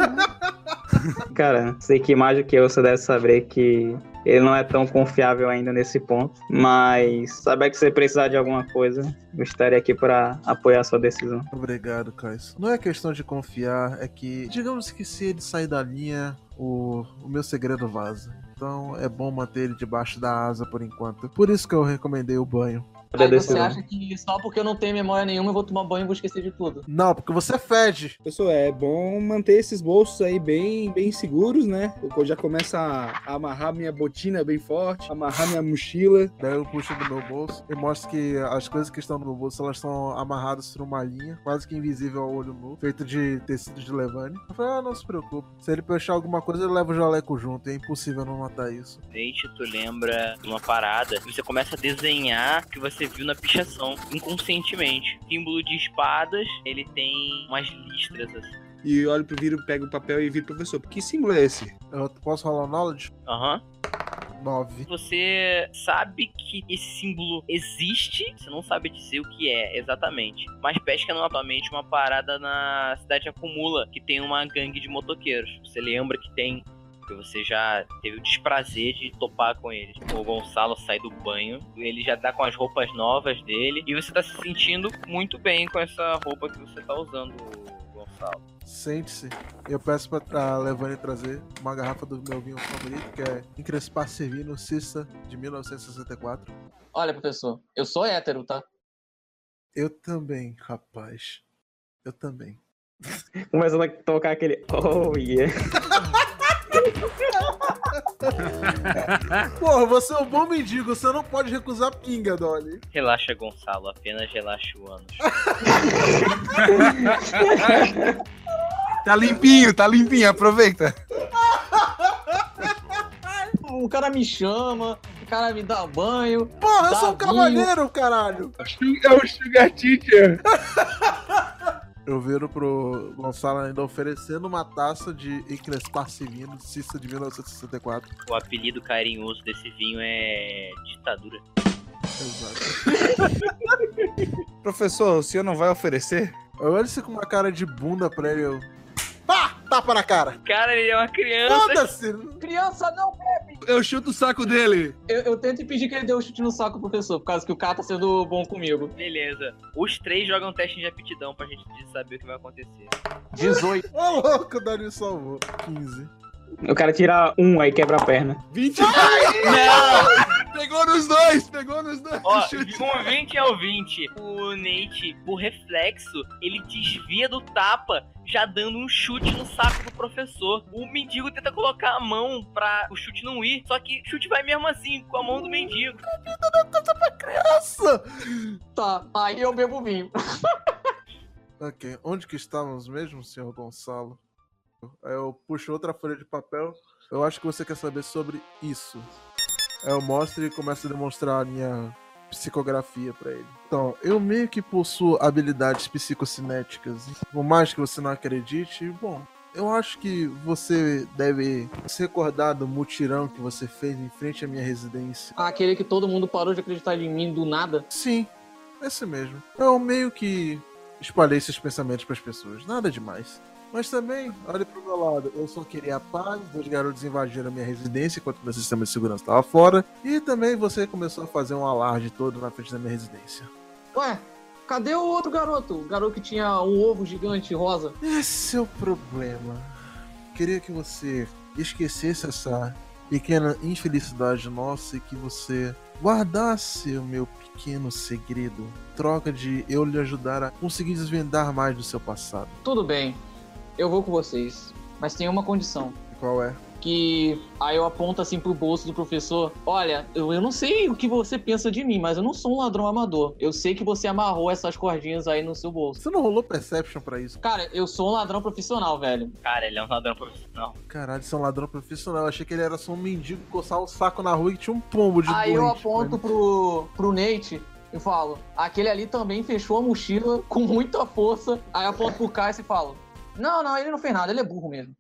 Speaker 3: Cara, sei que imagem que eu, você deve saber que ele não é tão confiável ainda nesse ponto. Mas saber que você precisar de alguma coisa, eu estarei aqui para apoiar a sua decisão.
Speaker 5: Obrigado, Caio. Não é questão de confiar, é que, digamos que se ele sair da linha, o, o meu segredo vaza. Então é bom manter ele debaixo da asa por enquanto. Por isso que eu recomendei o banho.
Speaker 3: Da
Speaker 4: Aí você
Speaker 3: decisão.
Speaker 4: acha que só porque eu não tenho memória nenhuma eu vou tomar banho e vou esquecer de tudo?
Speaker 5: Não, porque você fede.
Speaker 6: Pessoal, é bom manter esses bolsos aí bem, bem seguros, né? Eu já começo a amarrar minha botina bem forte, amarrar minha mochila.
Speaker 5: Daí eu puxo do meu bolso e mostro que as coisas que estão no meu bolso elas estão amarradas por uma linha, quase que invisível ao olho nu, feito de tecido de levane. Eu falo, ah, não se preocupe. Se ele puxar alguma coisa, eu levo o jaleco junto. É impossível não notar isso.
Speaker 1: Leite, tu lembra de uma parada e você começa a desenhar o que você viu na pichação, inconscientemente. Símbolo de espadas, ele tem umas listras assim.
Speaker 6: E olho pro viro, pego o papel e viro, professor, que símbolo é esse?
Speaker 5: Eu posso rolar um knowledge?
Speaker 1: Aham.
Speaker 5: 9.
Speaker 1: Você sabe que esse símbolo existe, você não sabe dizer o que é exatamente. Mas pesca novamente uma parada na cidade de Acumula, que tem uma gangue de motoqueiros. Você lembra que tem. Porque você já teve o desprazer de topar com eles. O Gonçalo sai do banho, ele já tá com as roupas novas dele. E você tá se sentindo muito bem com essa roupa que você tá usando, Gonçalo.
Speaker 5: Sente-se. Eu peço pra tra- a Levane trazer uma garrafa do meu vinho favorito, que é Encrespar Servino Cissa, de 1964.
Speaker 4: Olha, professor, eu sou hétero, tá?
Speaker 5: Eu também, rapaz. Eu também.
Speaker 3: Começando a tocar aquele. Oh yeah.
Speaker 5: Porra, você é um bom mendigo, você não pode recusar pinga, Dolly.
Speaker 1: Relaxa, Gonçalo, apenas relaxa o ânus.
Speaker 6: Tá limpinho, tá limpinho, aproveita.
Speaker 4: O cara me chama, o cara me dá banho.
Speaker 5: Porra, eu sou
Speaker 4: Davinho.
Speaker 5: um cavalheiro, caralho.
Speaker 6: É o Sugar Teacher.
Speaker 5: Eu viro pro Gonçalo ainda oferecendo uma taça de Encrespar Civino, de Cista de 1964.
Speaker 1: O apelido carinhoso desse vinho é ditadura.
Speaker 5: Exato.
Speaker 8: Professor, o senhor não vai oferecer?
Speaker 5: Eu olho isso com uma cara de bunda pra ele. Eu... Pá! Tapa na cara!
Speaker 1: Cara, ele é uma criança.
Speaker 5: Foda-se!
Speaker 4: Criança, não!
Speaker 8: Eu chuto o saco dele.
Speaker 4: Eu, eu tento impedir que ele dê um chute no saco pro professor, por causa que o cara tá sendo bom comigo.
Speaker 1: Beleza. Os três jogam teste de aptidão pra gente saber o que vai acontecer.
Speaker 4: 18.
Speaker 5: Ô louco, o Dario salvou. 15.
Speaker 3: O cara tira um, aí quebra a perna.
Speaker 8: 20.
Speaker 1: Não!
Speaker 8: Pegou nos dois, pegou nos dois.
Speaker 1: Ó,
Speaker 8: Chute.
Speaker 1: de um 20 ao 20. O Nate, por reflexo, ele desvia do tapa, já dando um chute no saco do professor. O mendigo tenta colocar a mão pra o chute não ir, só que o chute vai mesmo assim, com a mão do mendigo.
Speaker 5: Nossa!
Speaker 4: Tá, aí eu bebo vinho.
Speaker 5: Ok, onde que estávamos mesmo, senhor Gonçalo? Aí eu puxo outra folha de papel. Eu acho que você quer saber sobre isso. Aí eu mostro e começo a demonstrar a minha psicografia pra ele. Então, eu meio que possuo habilidades psicocinéticas. Por mais que você não acredite, bom, eu acho que você deve se recordar do mutirão que você fez em frente à minha residência.
Speaker 4: Aquele que todo mundo parou de acreditar em mim do nada.
Speaker 5: Sim, esse mesmo. Eu meio que espalhei esses pensamentos pras pessoas, nada demais. Mas também, olha pro meu lado, eu só queria a paz, dois garotos invadiram a minha residência enquanto meu sistema de segurança estava fora, e também você começou a fazer um alarde todo na frente da minha residência.
Speaker 4: Ué, cadê o outro garoto? O garoto que tinha um ovo gigante rosa.
Speaker 5: Esse é o problema. Queria que você esquecesse essa pequena infelicidade nossa e que você guardasse o meu pequeno segredo, troca de eu lhe ajudar a conseguir desvendar mais do seu passado.
Speaker 4: Tudo bem, eu vou com vocês. Mas tem uma condição.
Speaker 5: Qual é?
Speaker 4: Que aí eu aponto assim pro bolso do professor. Olha, eu, eu não sei o que você pensa de mim, mas eu não sou um ladrão amador. Eu sei que você amarrou essas cordinhas aí no seu bolso.
Speaker 5: Você não rolou Perception pra isso?
Speaker 4: Cara, eu sou um ladrão profissional, velho.
Speaker 1: Cara, ele é um ladrão profissional.
Speaker 5: Caralho, você é um ladrão profissional. Eu achei que ele era só um mendigo que coçava o saco na rua e tinha um pombo de
Speaker 4: Aí eu
Speaker 5: doente,
Speaker 4: aponto
Speaker 5: mano.
Speaker 4: pro, pro Nate e falo: aquele ali também fechou a mochila com muita força. Aí eu aponto pro Caio e falo: Não, não, ele não fez nada, ele é burro mesmo.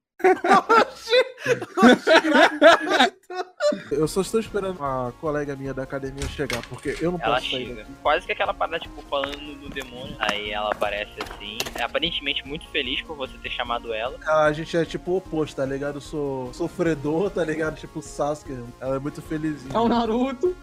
Speaker 5: Eu só estou esperando a colega minha da academia chegar, porque eu não
Speaker 1: Ela
Speaker 5: posso sair.
Speaker 1: chega. Quase que aquela parada, tipo, falando no demônio. Aí ela aparece assim, aparentemente muito feliz por você ter chamado ela.
Speaker 5: daqui. A gente é tipo o oposto, tá ligado? Eu sou sofredor, tá ligado? Tipo o Sasuke. Ela é muito felizinha.
Speaker 4: É o Naruto.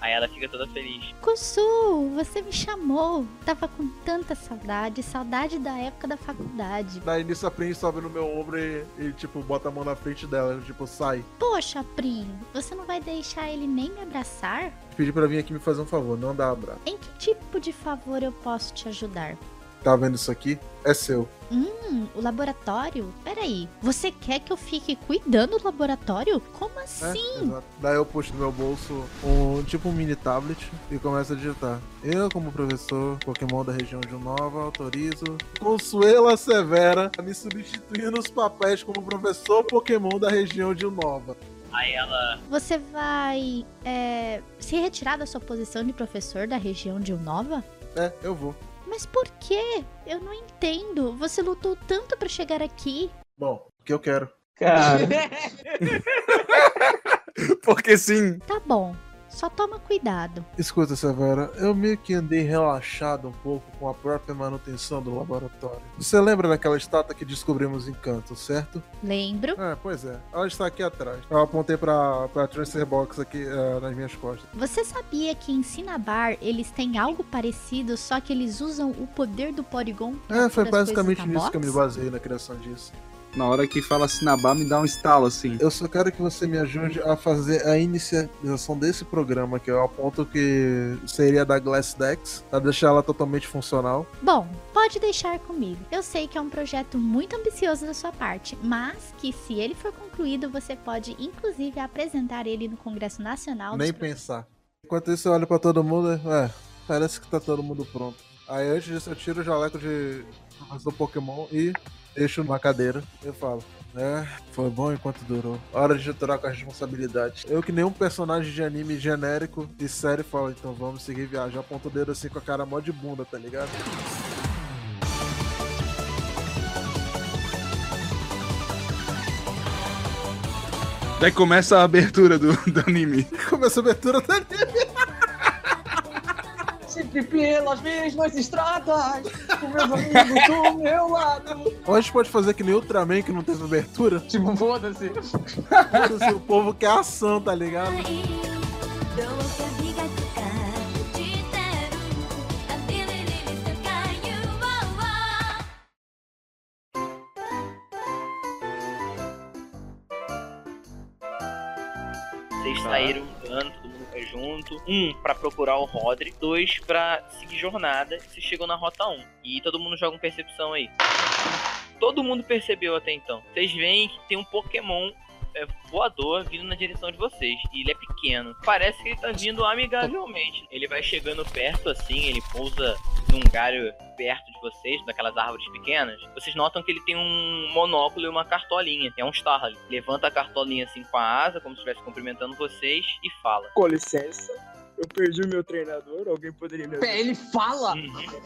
Speaker 1: Aí ela fica toda feliz.
Speaker 9: Kusu, você me chamou. Tava com tanta saudade, saudade da época da faculdade.
Speaker 5: Daí nisso a Prin sobe no meu ombro e, e, tipo, bota a mão na frente dela. Tipo, sai.
Speaker 9: Poxa, Pri, você não vai deixar ele nem me abraçar?
Speaker 5: Pedi pra vir aqui me fazer um favor, não dá abraço.
Speaker 9: Em que tipo de favor eu posso te ajudar?
Speaker 5: Tá vendo isso aqui? É seu.
Speaker 9: Hum, o laboratório? Peraí, você quer que eu fique cuidando do laboratório? Como
Speaker 5: É,
Speaker 9: assim?
Speaker 5: exato. Daí eu puxo do meu bolso um tipo um mini tablet e começo a digitar. Eu, como professor Pokémon da região de Nova, autorizo Consuela Severa a me substituir nos papéis como professor Pokémon da região de Nova.
Speaker 1: Aí ela
Speaker 9: Você vai é, se retirar da sua posição de professor da região de Unova?
Speaker 5: É, eu vou.
Speaker 9: Mas por quê? Eu não entendo. Você lutou tanto pra chegar aqui.
Speaker 5: Bom, o que eu quero.
Speaker 3: Cara,
Speaker 8: Porque sim.
Speaker 9: Tá bom, só toma cuidado.
Speaker 5: Escuta, Severa, eu meio que andei relaxado um pouco com a própria manutenção do laboratório. Você lembra daquela estátua que descobrimos em Canto, certo?
Speaker 9: Lembro,
Speaker 5: É, pois é. Ela está aqui atrás. Eu apontei pra, pra transfer box aqui eh, nas minhas costas.
Speaker 9: você sabia que em Sinabar eles têm algo parecido, só que eles usam o poder do Porygon? pra
Speaker 5: É, foi
Speaker 9: pôr as
Speaker 5: basicamente
Speaker 9: coisas na
Speaker 5: nisso que eu me
Speaker 9: box?
Speaker 5: baseei na criação disso.
Speaker 6: Na hora que fala Sinabá, me dá um estalo assim.
Speaker 5: Eu só quero que você me ajude a fazer a inicialização desse programa, que eu aponto que seria da Glass Dex, pra deixar ela totalmente funcional.
Speaker 9: Bom, pode deixar comigo. Eu sei que é um projeto muito ambicioso da sua parte, mas que se ele for concluído, você pode inclusive apresentar ele no Congresso Nacional.
Speaker 5: Nem
Speaker 9: dos Pro-
Speaker 5: pensar. Enquanto isso, eu olho pra todo mundo e. É, parece que tá todo mundo pronto. Aí antes disso, eu tiro o jaleco de professor Pokémon e deixo na cadeira. Eu falo. É, foi bom enquanto durou. Hora de aturar com as responsabilidades. Eu que nenhum personagem de anime genérico de série fala, então vamos seguir viagem. Aponta o dedo assim com a cara mó de bunda, tá ligado?
Speaker 8: Até começa a abertura do, do anime.
Speaker 5: Começa a abertura tá da
Speaker 4: Sempre pelas mesmas estradas, com meus amigos do meu lado.
Speaker 5: Ou a gente pode fazer que nem Ultraman, que não teve abertura.
Speaker 4: Tipo, foda-se.
Speaker 5: Foda-se, o povo quer ação, tá ligado?
Speaker 10: どうか美学が感じてるアピリリリ世界ユーは
Speaker 1: Vocês saíram andando, todo mundo foi junto. Um, pra procurar o Rodrigo. Dois, pra seguir jornada. Vocês chegam na rota 1. E todo mundo joga um percepção aí. Todo mundo percebeu até então. Vocês veem que tem um Pokémon é, voador vindo na direção de vocês. E ele é pequeno. Parece que ele tá vindo amigavelmente. Ele vai chegando perto assim, ele pousa num galho perto de vocês, daquelas árvores pequenas. Vocês notam que ele tem um monóculo e uma cartolinha. É um Starling. Levanta a cartolinha assim com a asa, como se estivesse cumprimentando vocês, e fala.
Speaker 7: Com licença, eu perdi o meu treinador, alguém poderia me
Speaker 4: Pé,
Speaker 7: ajudar?
Speaker 4: É, ele fala.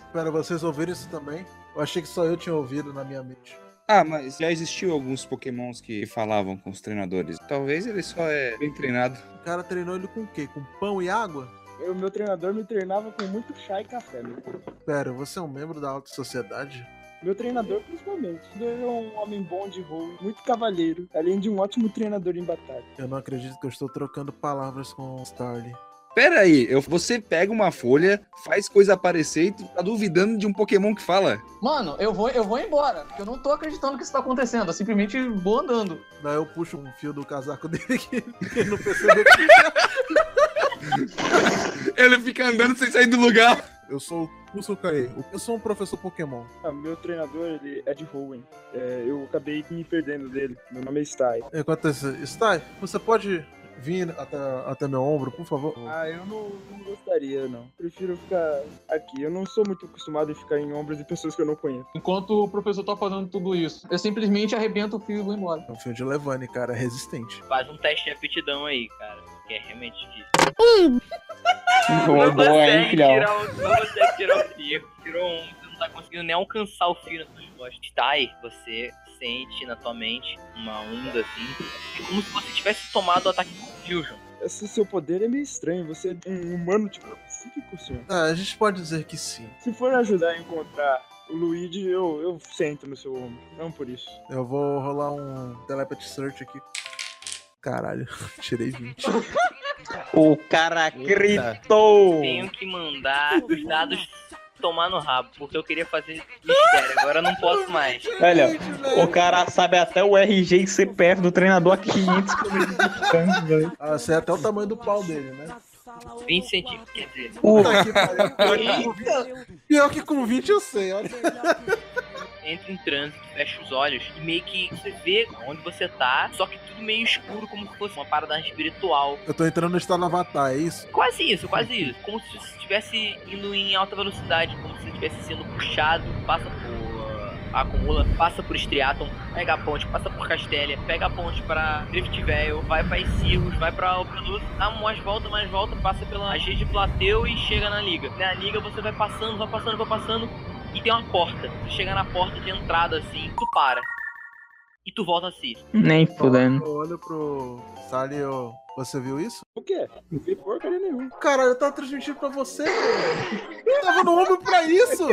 Speaker 5: Espera, vocês ouviram isso também? Eu achei que só eu tinha ouvido na minha mente.
Speaker 6: Ah, mas já existiu alguns pokémons que falavam com os treinadores. Talvez ele só é bem treinado.
Speaker 5: O cara treinou ele com o quê? Com pão e água?
Speaker 7: O meu treinador me treinava com muito chá e café. Meu,
Speaker 5: Pera, você é um membro da alta sociedade?
Speaker 7: meu treinador, principalmente. Ele é um homem bom de rol, muito cavalheiro, além de um ótimo treinador em batalha.
Speaker 5: Eu não acredito que eu estou trocando palavras com o Starling.
Speaker 8: Pera aí, eu- você pega uma folha, faz coisa aparecer e tu tá duvidando de um Pokémon que fala.
Speaker 4: Mano, eu vou, eu vou embora. Porque eu não tô acreditando que isso tá acontecendo. Eu simplesmente vou andando.
Speaker 5: Daí eu puxo um fio do casaco dele que que ele não percebeu que
Speaker 8: Ele fica andando sem sair do lugar.
Speaker 5: Eu sou o Kusukae. Eu sou um professor Pokémon.
Speaker 7: Ah, meu treinador, ele é de Rowan. É, eu acabei me perdendo dele. Meu nome é Stai.
Speaker 5: Enquanto isso, Stai, você pode vir até, até meu ombro, por favor?
Speaker 7: Ah, eu não, não gostaria, não. Prefiro ficar aqui. Eu não sou muito acostumado em ficar em ombros de pessoas que eu não conheço.
Speaker 4: Enquanto o professor tá fazendo tudo isso, eu simplesmente arrebento o fio e vou embora.
Speaker 5: É um fio de Levane, cara, é resistente.
Speaker 1: Faz um teste de aptidão aí, cara. Que é realmente difícil.
Speaker 3: Boa, boa,
Speaker 7: é
Speaker 3: hein, filhão.
Speaker 1: tirar o, não consegue tirar o fio. Tirou um, você não tá conseguindo nem alcançar o fio nas suas costas. Tai, você sente na tua mente uma onda assim. É como se você tivesse tomado o ataque com Fusion.
Speaker 7: Esse seu poder é meio estranho. Você é um humano tipo psíquico, senhor.
Speaker 5: Ah, a gente pode dizer que sim.
Speaker 7: Se for ajudar a encontrar o Luigi, eu, eu sento no seu ombro. Não por isso.
Speaker 5: Eu vou rolar um telepathy search aqui. Caralho, tirei 20.
Speaker 3: O cara gritou!
Speaker 1: Tenho que mandar os dados tomar no rabo, porque eu queria fazer mistério. Agora eu não posso mais.
Speaker 3: Olha, o cara sabe até o RG e CPF do treinador a 500 km de distância, velho.
Speaker 5: Ah, você é até o tamanho do pau dele, né?
Speaker 1: 20 centímetros, quer dizer,
Speaker 5: Puta que pariu. Pior que com 20 eu sei, olha.
Speaker 1: entra em trânsito, fecha os olhos e meio que você vê onde você tá, só que tudo meio escuro, como se fosse uma parada espiritual.
Speaker 5: Eu tô entrando no estado avatar, é isso?
Speaker 1: Quase isso, quase isso. Como se você estivesse indo em alta velocidade, como se você estivesse sendo puxado, passa por ah, acumula, passa por Striaton, pega a ponte, passa por Castélia, pega a ponte pra Driftvale, vai pra Cirrus, vai pra Alpinus, dá mais volta, mais volta, passa pela AG de Plateu e chega na liga. Na liga você vai passando, vai passando, vai passando e tem uma porta. Você chega na porta de entrada assim, tu para. E tu volta a Cirrus.
Speaker 3: Nem fudendo.
Speaker 5: Eu olho pro Sally e eu... Você viu isso?
Speaker 7: O quê? Não vi porcaria nenhuma.
Speaker 5: Caralho, eu tava transmitindo pra você, velho. Eu tava no ombro pra isso.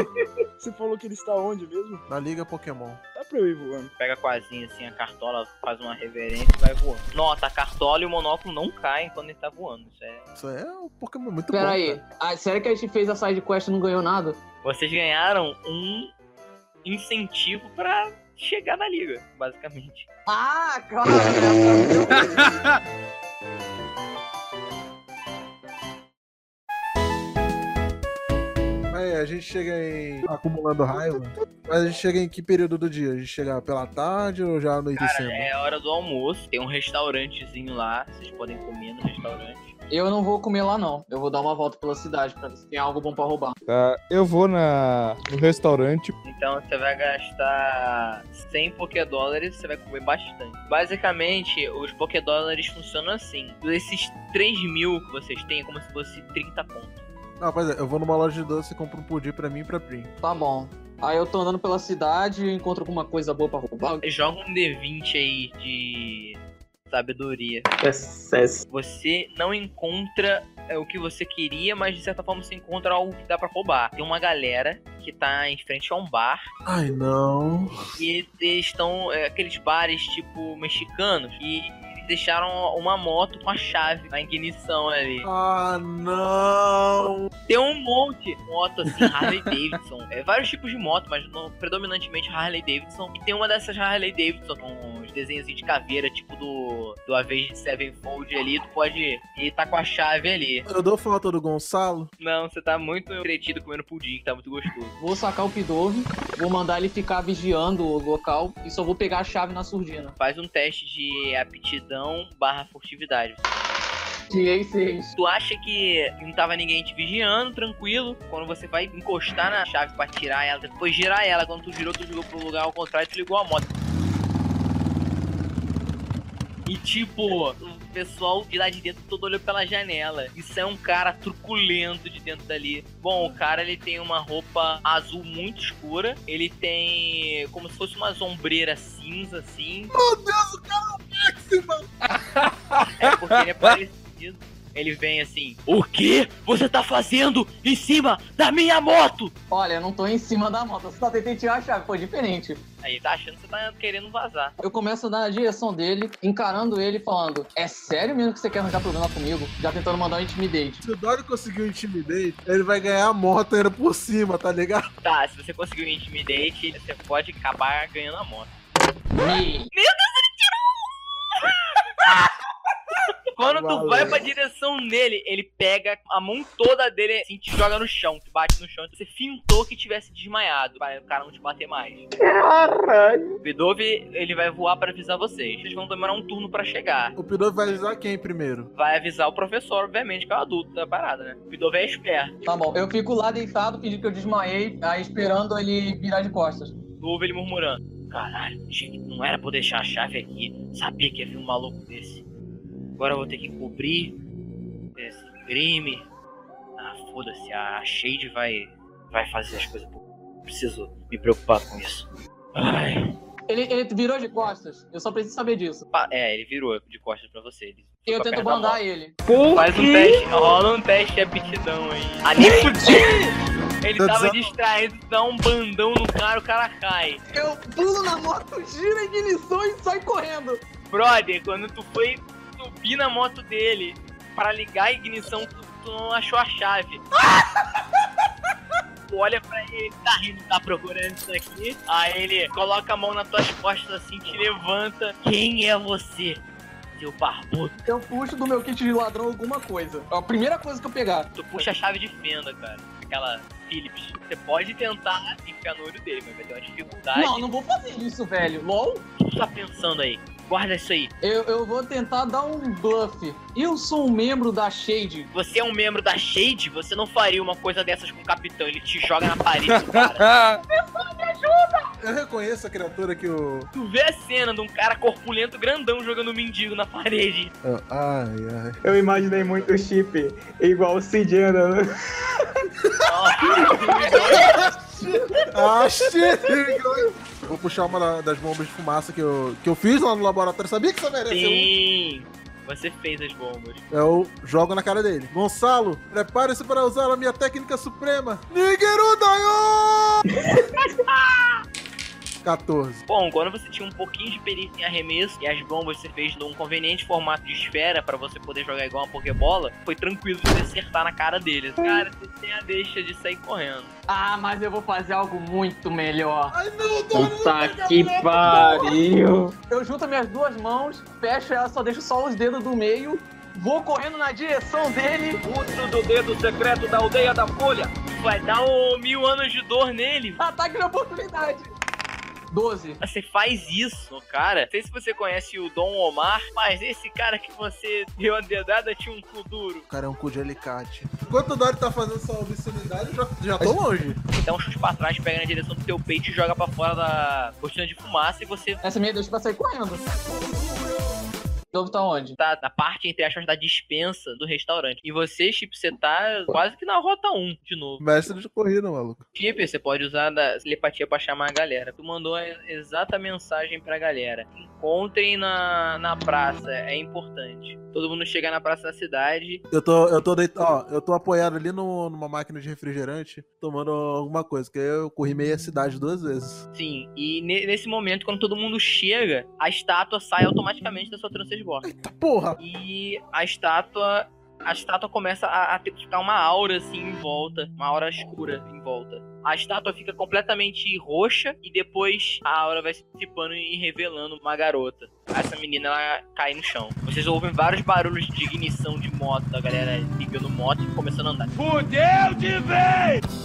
Speaker 7: Você falou que ele está onde mesmo?
Speaker 5: Na Liga Pokémon.
Speaker 7: Dá pra eu ir voando.
Speaker 1: Pega quasinha assim, a cartola faz uma reverência e vai voando. Nota, a cartola e o monóculo não caem quando ele tá voando. Isso é
Speaker 5: Isso é um Pokémon muito bom.
Speaker 4: Pera aí.
Speaker 5: cara.
Speaker 4: Ah, sério que a gente fez a side quest e não ganhou nada?
Speaker 1: Vocês ganharam um incentivo pra chegar na liga, basicamente.
Speaker 4: Ah, claro! graças a Deus.
Speaker 5: É, a gente chega em... Acumulando raiva. Mas a gente chega em que período do dia? A gente chega pela tarde ou já anoitecendo?
Speaker 1: É a hora do almoço, tem um restaurantezinho lá, vocês podem comer no restaurante.
Speaker 4: Eu não vou comer lá, não. Eu vou dar uma volta pela cidade pra ver se tem algo bom pra roubar.
Speaker 8: Tá, eu vou na, no restaurante.
Speaker 1: Então você vai gastar 100 Pokédólares, você vai comer bastante. Basicamente, os Pokédólares funcionam assim. Esses 3 mil que vocês têm é como se fosse 30 pontos.
Speaker 5: Não, pois é, eu vou numa loja de doce e compro um pudim pra mim e pra Prim.
Speaker 4: Tá bom. Aí eu tô andando
Speaker 1: um
Speaker 4: pela cidade e encontro alguma coisa boa pra roubar.
Speaker 1: Joga um D20 aí de Sabedoria.
Speaker 3: Sucesso.
Speaker 1: Você não encontra é, o que você queria, mas de certa forma você encontra algo que dá pra roubar. Tem uma galera que tá em frente a um bar
Speaker 5: Ai, não.
Speaker 1: e eles estão é, aqueles bares tipo mexicanos e deixaram uma moto com a chave na ignição ali.
Speaker 5: Ah, não.
Speaker 1: Tem um monte de moto, assim, Harley Davidson. É, vários tipos de moto, mas no- predominantemente Harley Davidson. E tem uma dessas Harley Davidson com os desenhos de caveira, tipo do, do Avenged Sevenfold ali. Tu pode ir tá com a chave ali.
Speaker 5: Eu dou foto do Gonçalo.
Speaker 1: Não, você tá muito entretido comendo pudim, que tá muito gostoso.
Speaker 4: Vou sacar o Pidove, vou mandar ele ficar vigiando o local e só vou pegar a chave na surdina.
Speaker 1: Faz um teste de aptidão barra furtividade.
Speaker 4: Tirei seis.
Speaker 1: Tu acha que não tava ninguém te vigiando, tranquilo. Quando você vai encostar na chave pra tirar ela, depois girar ela. Quando tu girou, tu girou pro lugar ao contrário e tu ligou a moto. E tipo, o pessoal de lá de dentro todo olhou pela janela. Isso é um cara truculento de dentro dali. Bom, o cara ele tem uma roupa azul muito escura. Ele tem como se fosse uma sombreira cinza assim. É porque ele é parecido. Ele vem assim: O que você tá fazendo em cima da minha moto?
Speaker 4: Olha, eu não tô em cima da moto, eu só tentei tirar a chave, foi diferente.
Speaker 1: Aí tá achando que você tá querendo vazar.
Speaker 4: Eu começo a andar na direção dele, encarando ele, falando: É sério mesmo que você quer arranjar problema comigo? Já tentando mandar um intimidate.
Speaker 5: Se o Dório conseguir o intimidate, ele vai ganhar a moto ainda por cima, tá ligado?
Speaker 1: Tá, se você conseguir um intimidate, você pode acabar ganhando a moto.
Speaker 4: Me.
Speaker 1: Quando tu
Speaker 5: Valeu.
Speaker 1: vai pra direção dele, ele pega a mão toda dele assim, te joga no chão, te bate no chão. Você fintou que tivesse desmaiado, para o cara não te bater mais.
Speaker 7: Caralho!
Speaker 1: O Vidove, ele vai voar pra avisar vocês. Vocês vão demorar um turno pra chegar.
Speaker 5: O Pidove vai avisar quem primeiro?
Speaker 1: Vai avisar o professor, obviamente, que é o adulto da parada, né? O Vidove é esperto.
Speaker 4: Tá bom, eu fico lá deitado, fingindo que eu desmaiei, aí esperando ele virar de costas.
Speaker 1: Tu ouve ele murmurando. Caralho, gente, não era pra eu deixar a chave aqui. Sabia que ia vir um maluco desse. Agora eu vou ter que cobrir esse crime. Ah, foda-se, a Shade vai, vai fazer as coisas. Não preciso me preocupar com isso. Ai.
Speaker 4: Ele, ele virou de costas, eu só preciso saber disso.
Speaker 1: Pa- É, ele virou de costas pra você. Ele
Speaker 4: Eu
Speaker 1: ficou
Speaker 4: tento
Speaker 1: perto da
Speaker 4: bandar
Speaker 1: moto.
Speaker 4: ele.
Speaker 1: Faz um teste, rola um teste de aptidão aí. Anime Ele
Speaker 5: Tô
Speaker 1: tava
Speaker 5: dizendo-
Speaker 1: distraído, dá um bandão no cara, o cara cai.
Speaker 4: Eu pulo na moto, giro a ignição e saio correndo.
Speaker 1: Brother, quando tu foi subir na moto dele pra ligar a ignição, tu, tu não achou a chave. Tu olha pra ele, tá rindo, tá procurando isso aqui. Aí ele coloca a mão nas tuas costas assim, te levanta. Quem é você, seu barbudo?
Speaker 4: Eu puxo do meu kit de ladrão alguma coisa. É a primeira coisa que eu pegar.
Speaker 1: Tu puxa a chave de fenda, cara. Aquela Phillips. Você pode tentar enfiar no olho dele, mas vai ter uma dificuldade.
Speaker 4: Não, não vou fazer isso, velho. LOL?
Speaker 1: O que tu tá pensando aí? Guarda isso aí.
Speaker 4: Eu, eu vou tentar dar um bluff. Eu sou um membro da Shade.
Speaker 1: Você é um membro da Shade, você não faria uma coisa dessas com o capitão. Ele te joga na parede, cara.
Speaker 5: Eu reconheço a criatura que o.
Speaker 1: Tu vê a cena de um cara corpulento grandão jogando um mendigo na parede.
Speaker 5: Eu- Ai, ai.
Speaker 3: Eu imaginei muito o Chip igual o Cid andando.
Speaker 5: Ah, shit! Vou puxar uma da- das bombas de fumaça que eu, que eu fiz lá no laboratório. Sabia que você mereceu?
Speaker 1: Sim. Você fez as bombas.
Speaker 5: Eu É jogo na cara dele. Gonçalo, prepare-se para usar a minha técnica suprema. Nigeru Dayo! 14.
Speaker 1: Bom, quando você tinha um pouquinho de perícia em arremesso e as bombas você fez num conveniente formato de esfera pra você poder jogar igual uma pokebola, foi tranquilo de você acertar na cara dele. Cara, você tem a deixa de sair correndo.
Speaker 4: Ah, mas eu vou fazer algo muito melhor.
Speaker 5: Ai, não,
Speaker 3: Puta que pariu!
Speaker 4: Eu junto minhas duas mãos, fecho ela, só deixo só os dedos do meio. Vou correndo na direção dele.
Speaker 1: Uso do dedo secreto da aldeia da folha. Vai dar um mil anos de dor nele.
Speaker 4: Ataque de oportunidade. 12.
Speaker 1: Você faz isso no cara. Não sei se você conhece o Dom Omar, mas esse cara que você deu a dedada tinha um cu duro.
Speaker 5: O cara é um cu de alicate. Enquanto o Dory tá fazendo sua obscenidade, eu já, já tô longe.
Speaker 1: dá um chute pra trás, pega na direção do teu peito e joga pra fora da cortina de fumaça e você
Speaker 4: Essa minha deixa pra sair correndo. Globo tá onde?
Speaker 1: tá na parte, entre aspas, da dispensa do restaurante. E você, Chip, você tá quase que na rota 1 de novo.
Speaker 5: Mestre de corrida, maluco.
Speaker 1: Chip, você pode usar da telepatia pra chamar a galera. Tu mandou a exata mensagem pra galera. Encontrem na, na praça, é importante. Todo mundo chegar na praça da cidade.
Speaker 5: Eu tô, eu tô deitado, ó, eu tô apoiado ali no- numa máquina de refrigerante, tomando alguma coisa, que eu corri meia cidade duas vezes.
Speaker 1: Sim, e ne- nesse momento, quando todo mundo chega, a estátua sai automaticamente da sua transborda.
Speaker 5: Eita Tá porra!
Speaker 1: E a estátua. A estátua começa a, a ter- ficar uma aura assim em volta, uma aura escura em volta. A estátua fica completamente roxa e depois a aura vai se dissipando e revelando uma garota. Essa menina ela cai no chão. Vocês ouvem vários barulhos de ignição de moto, a galera ligando moto e começando a andar. Fudeu de vez!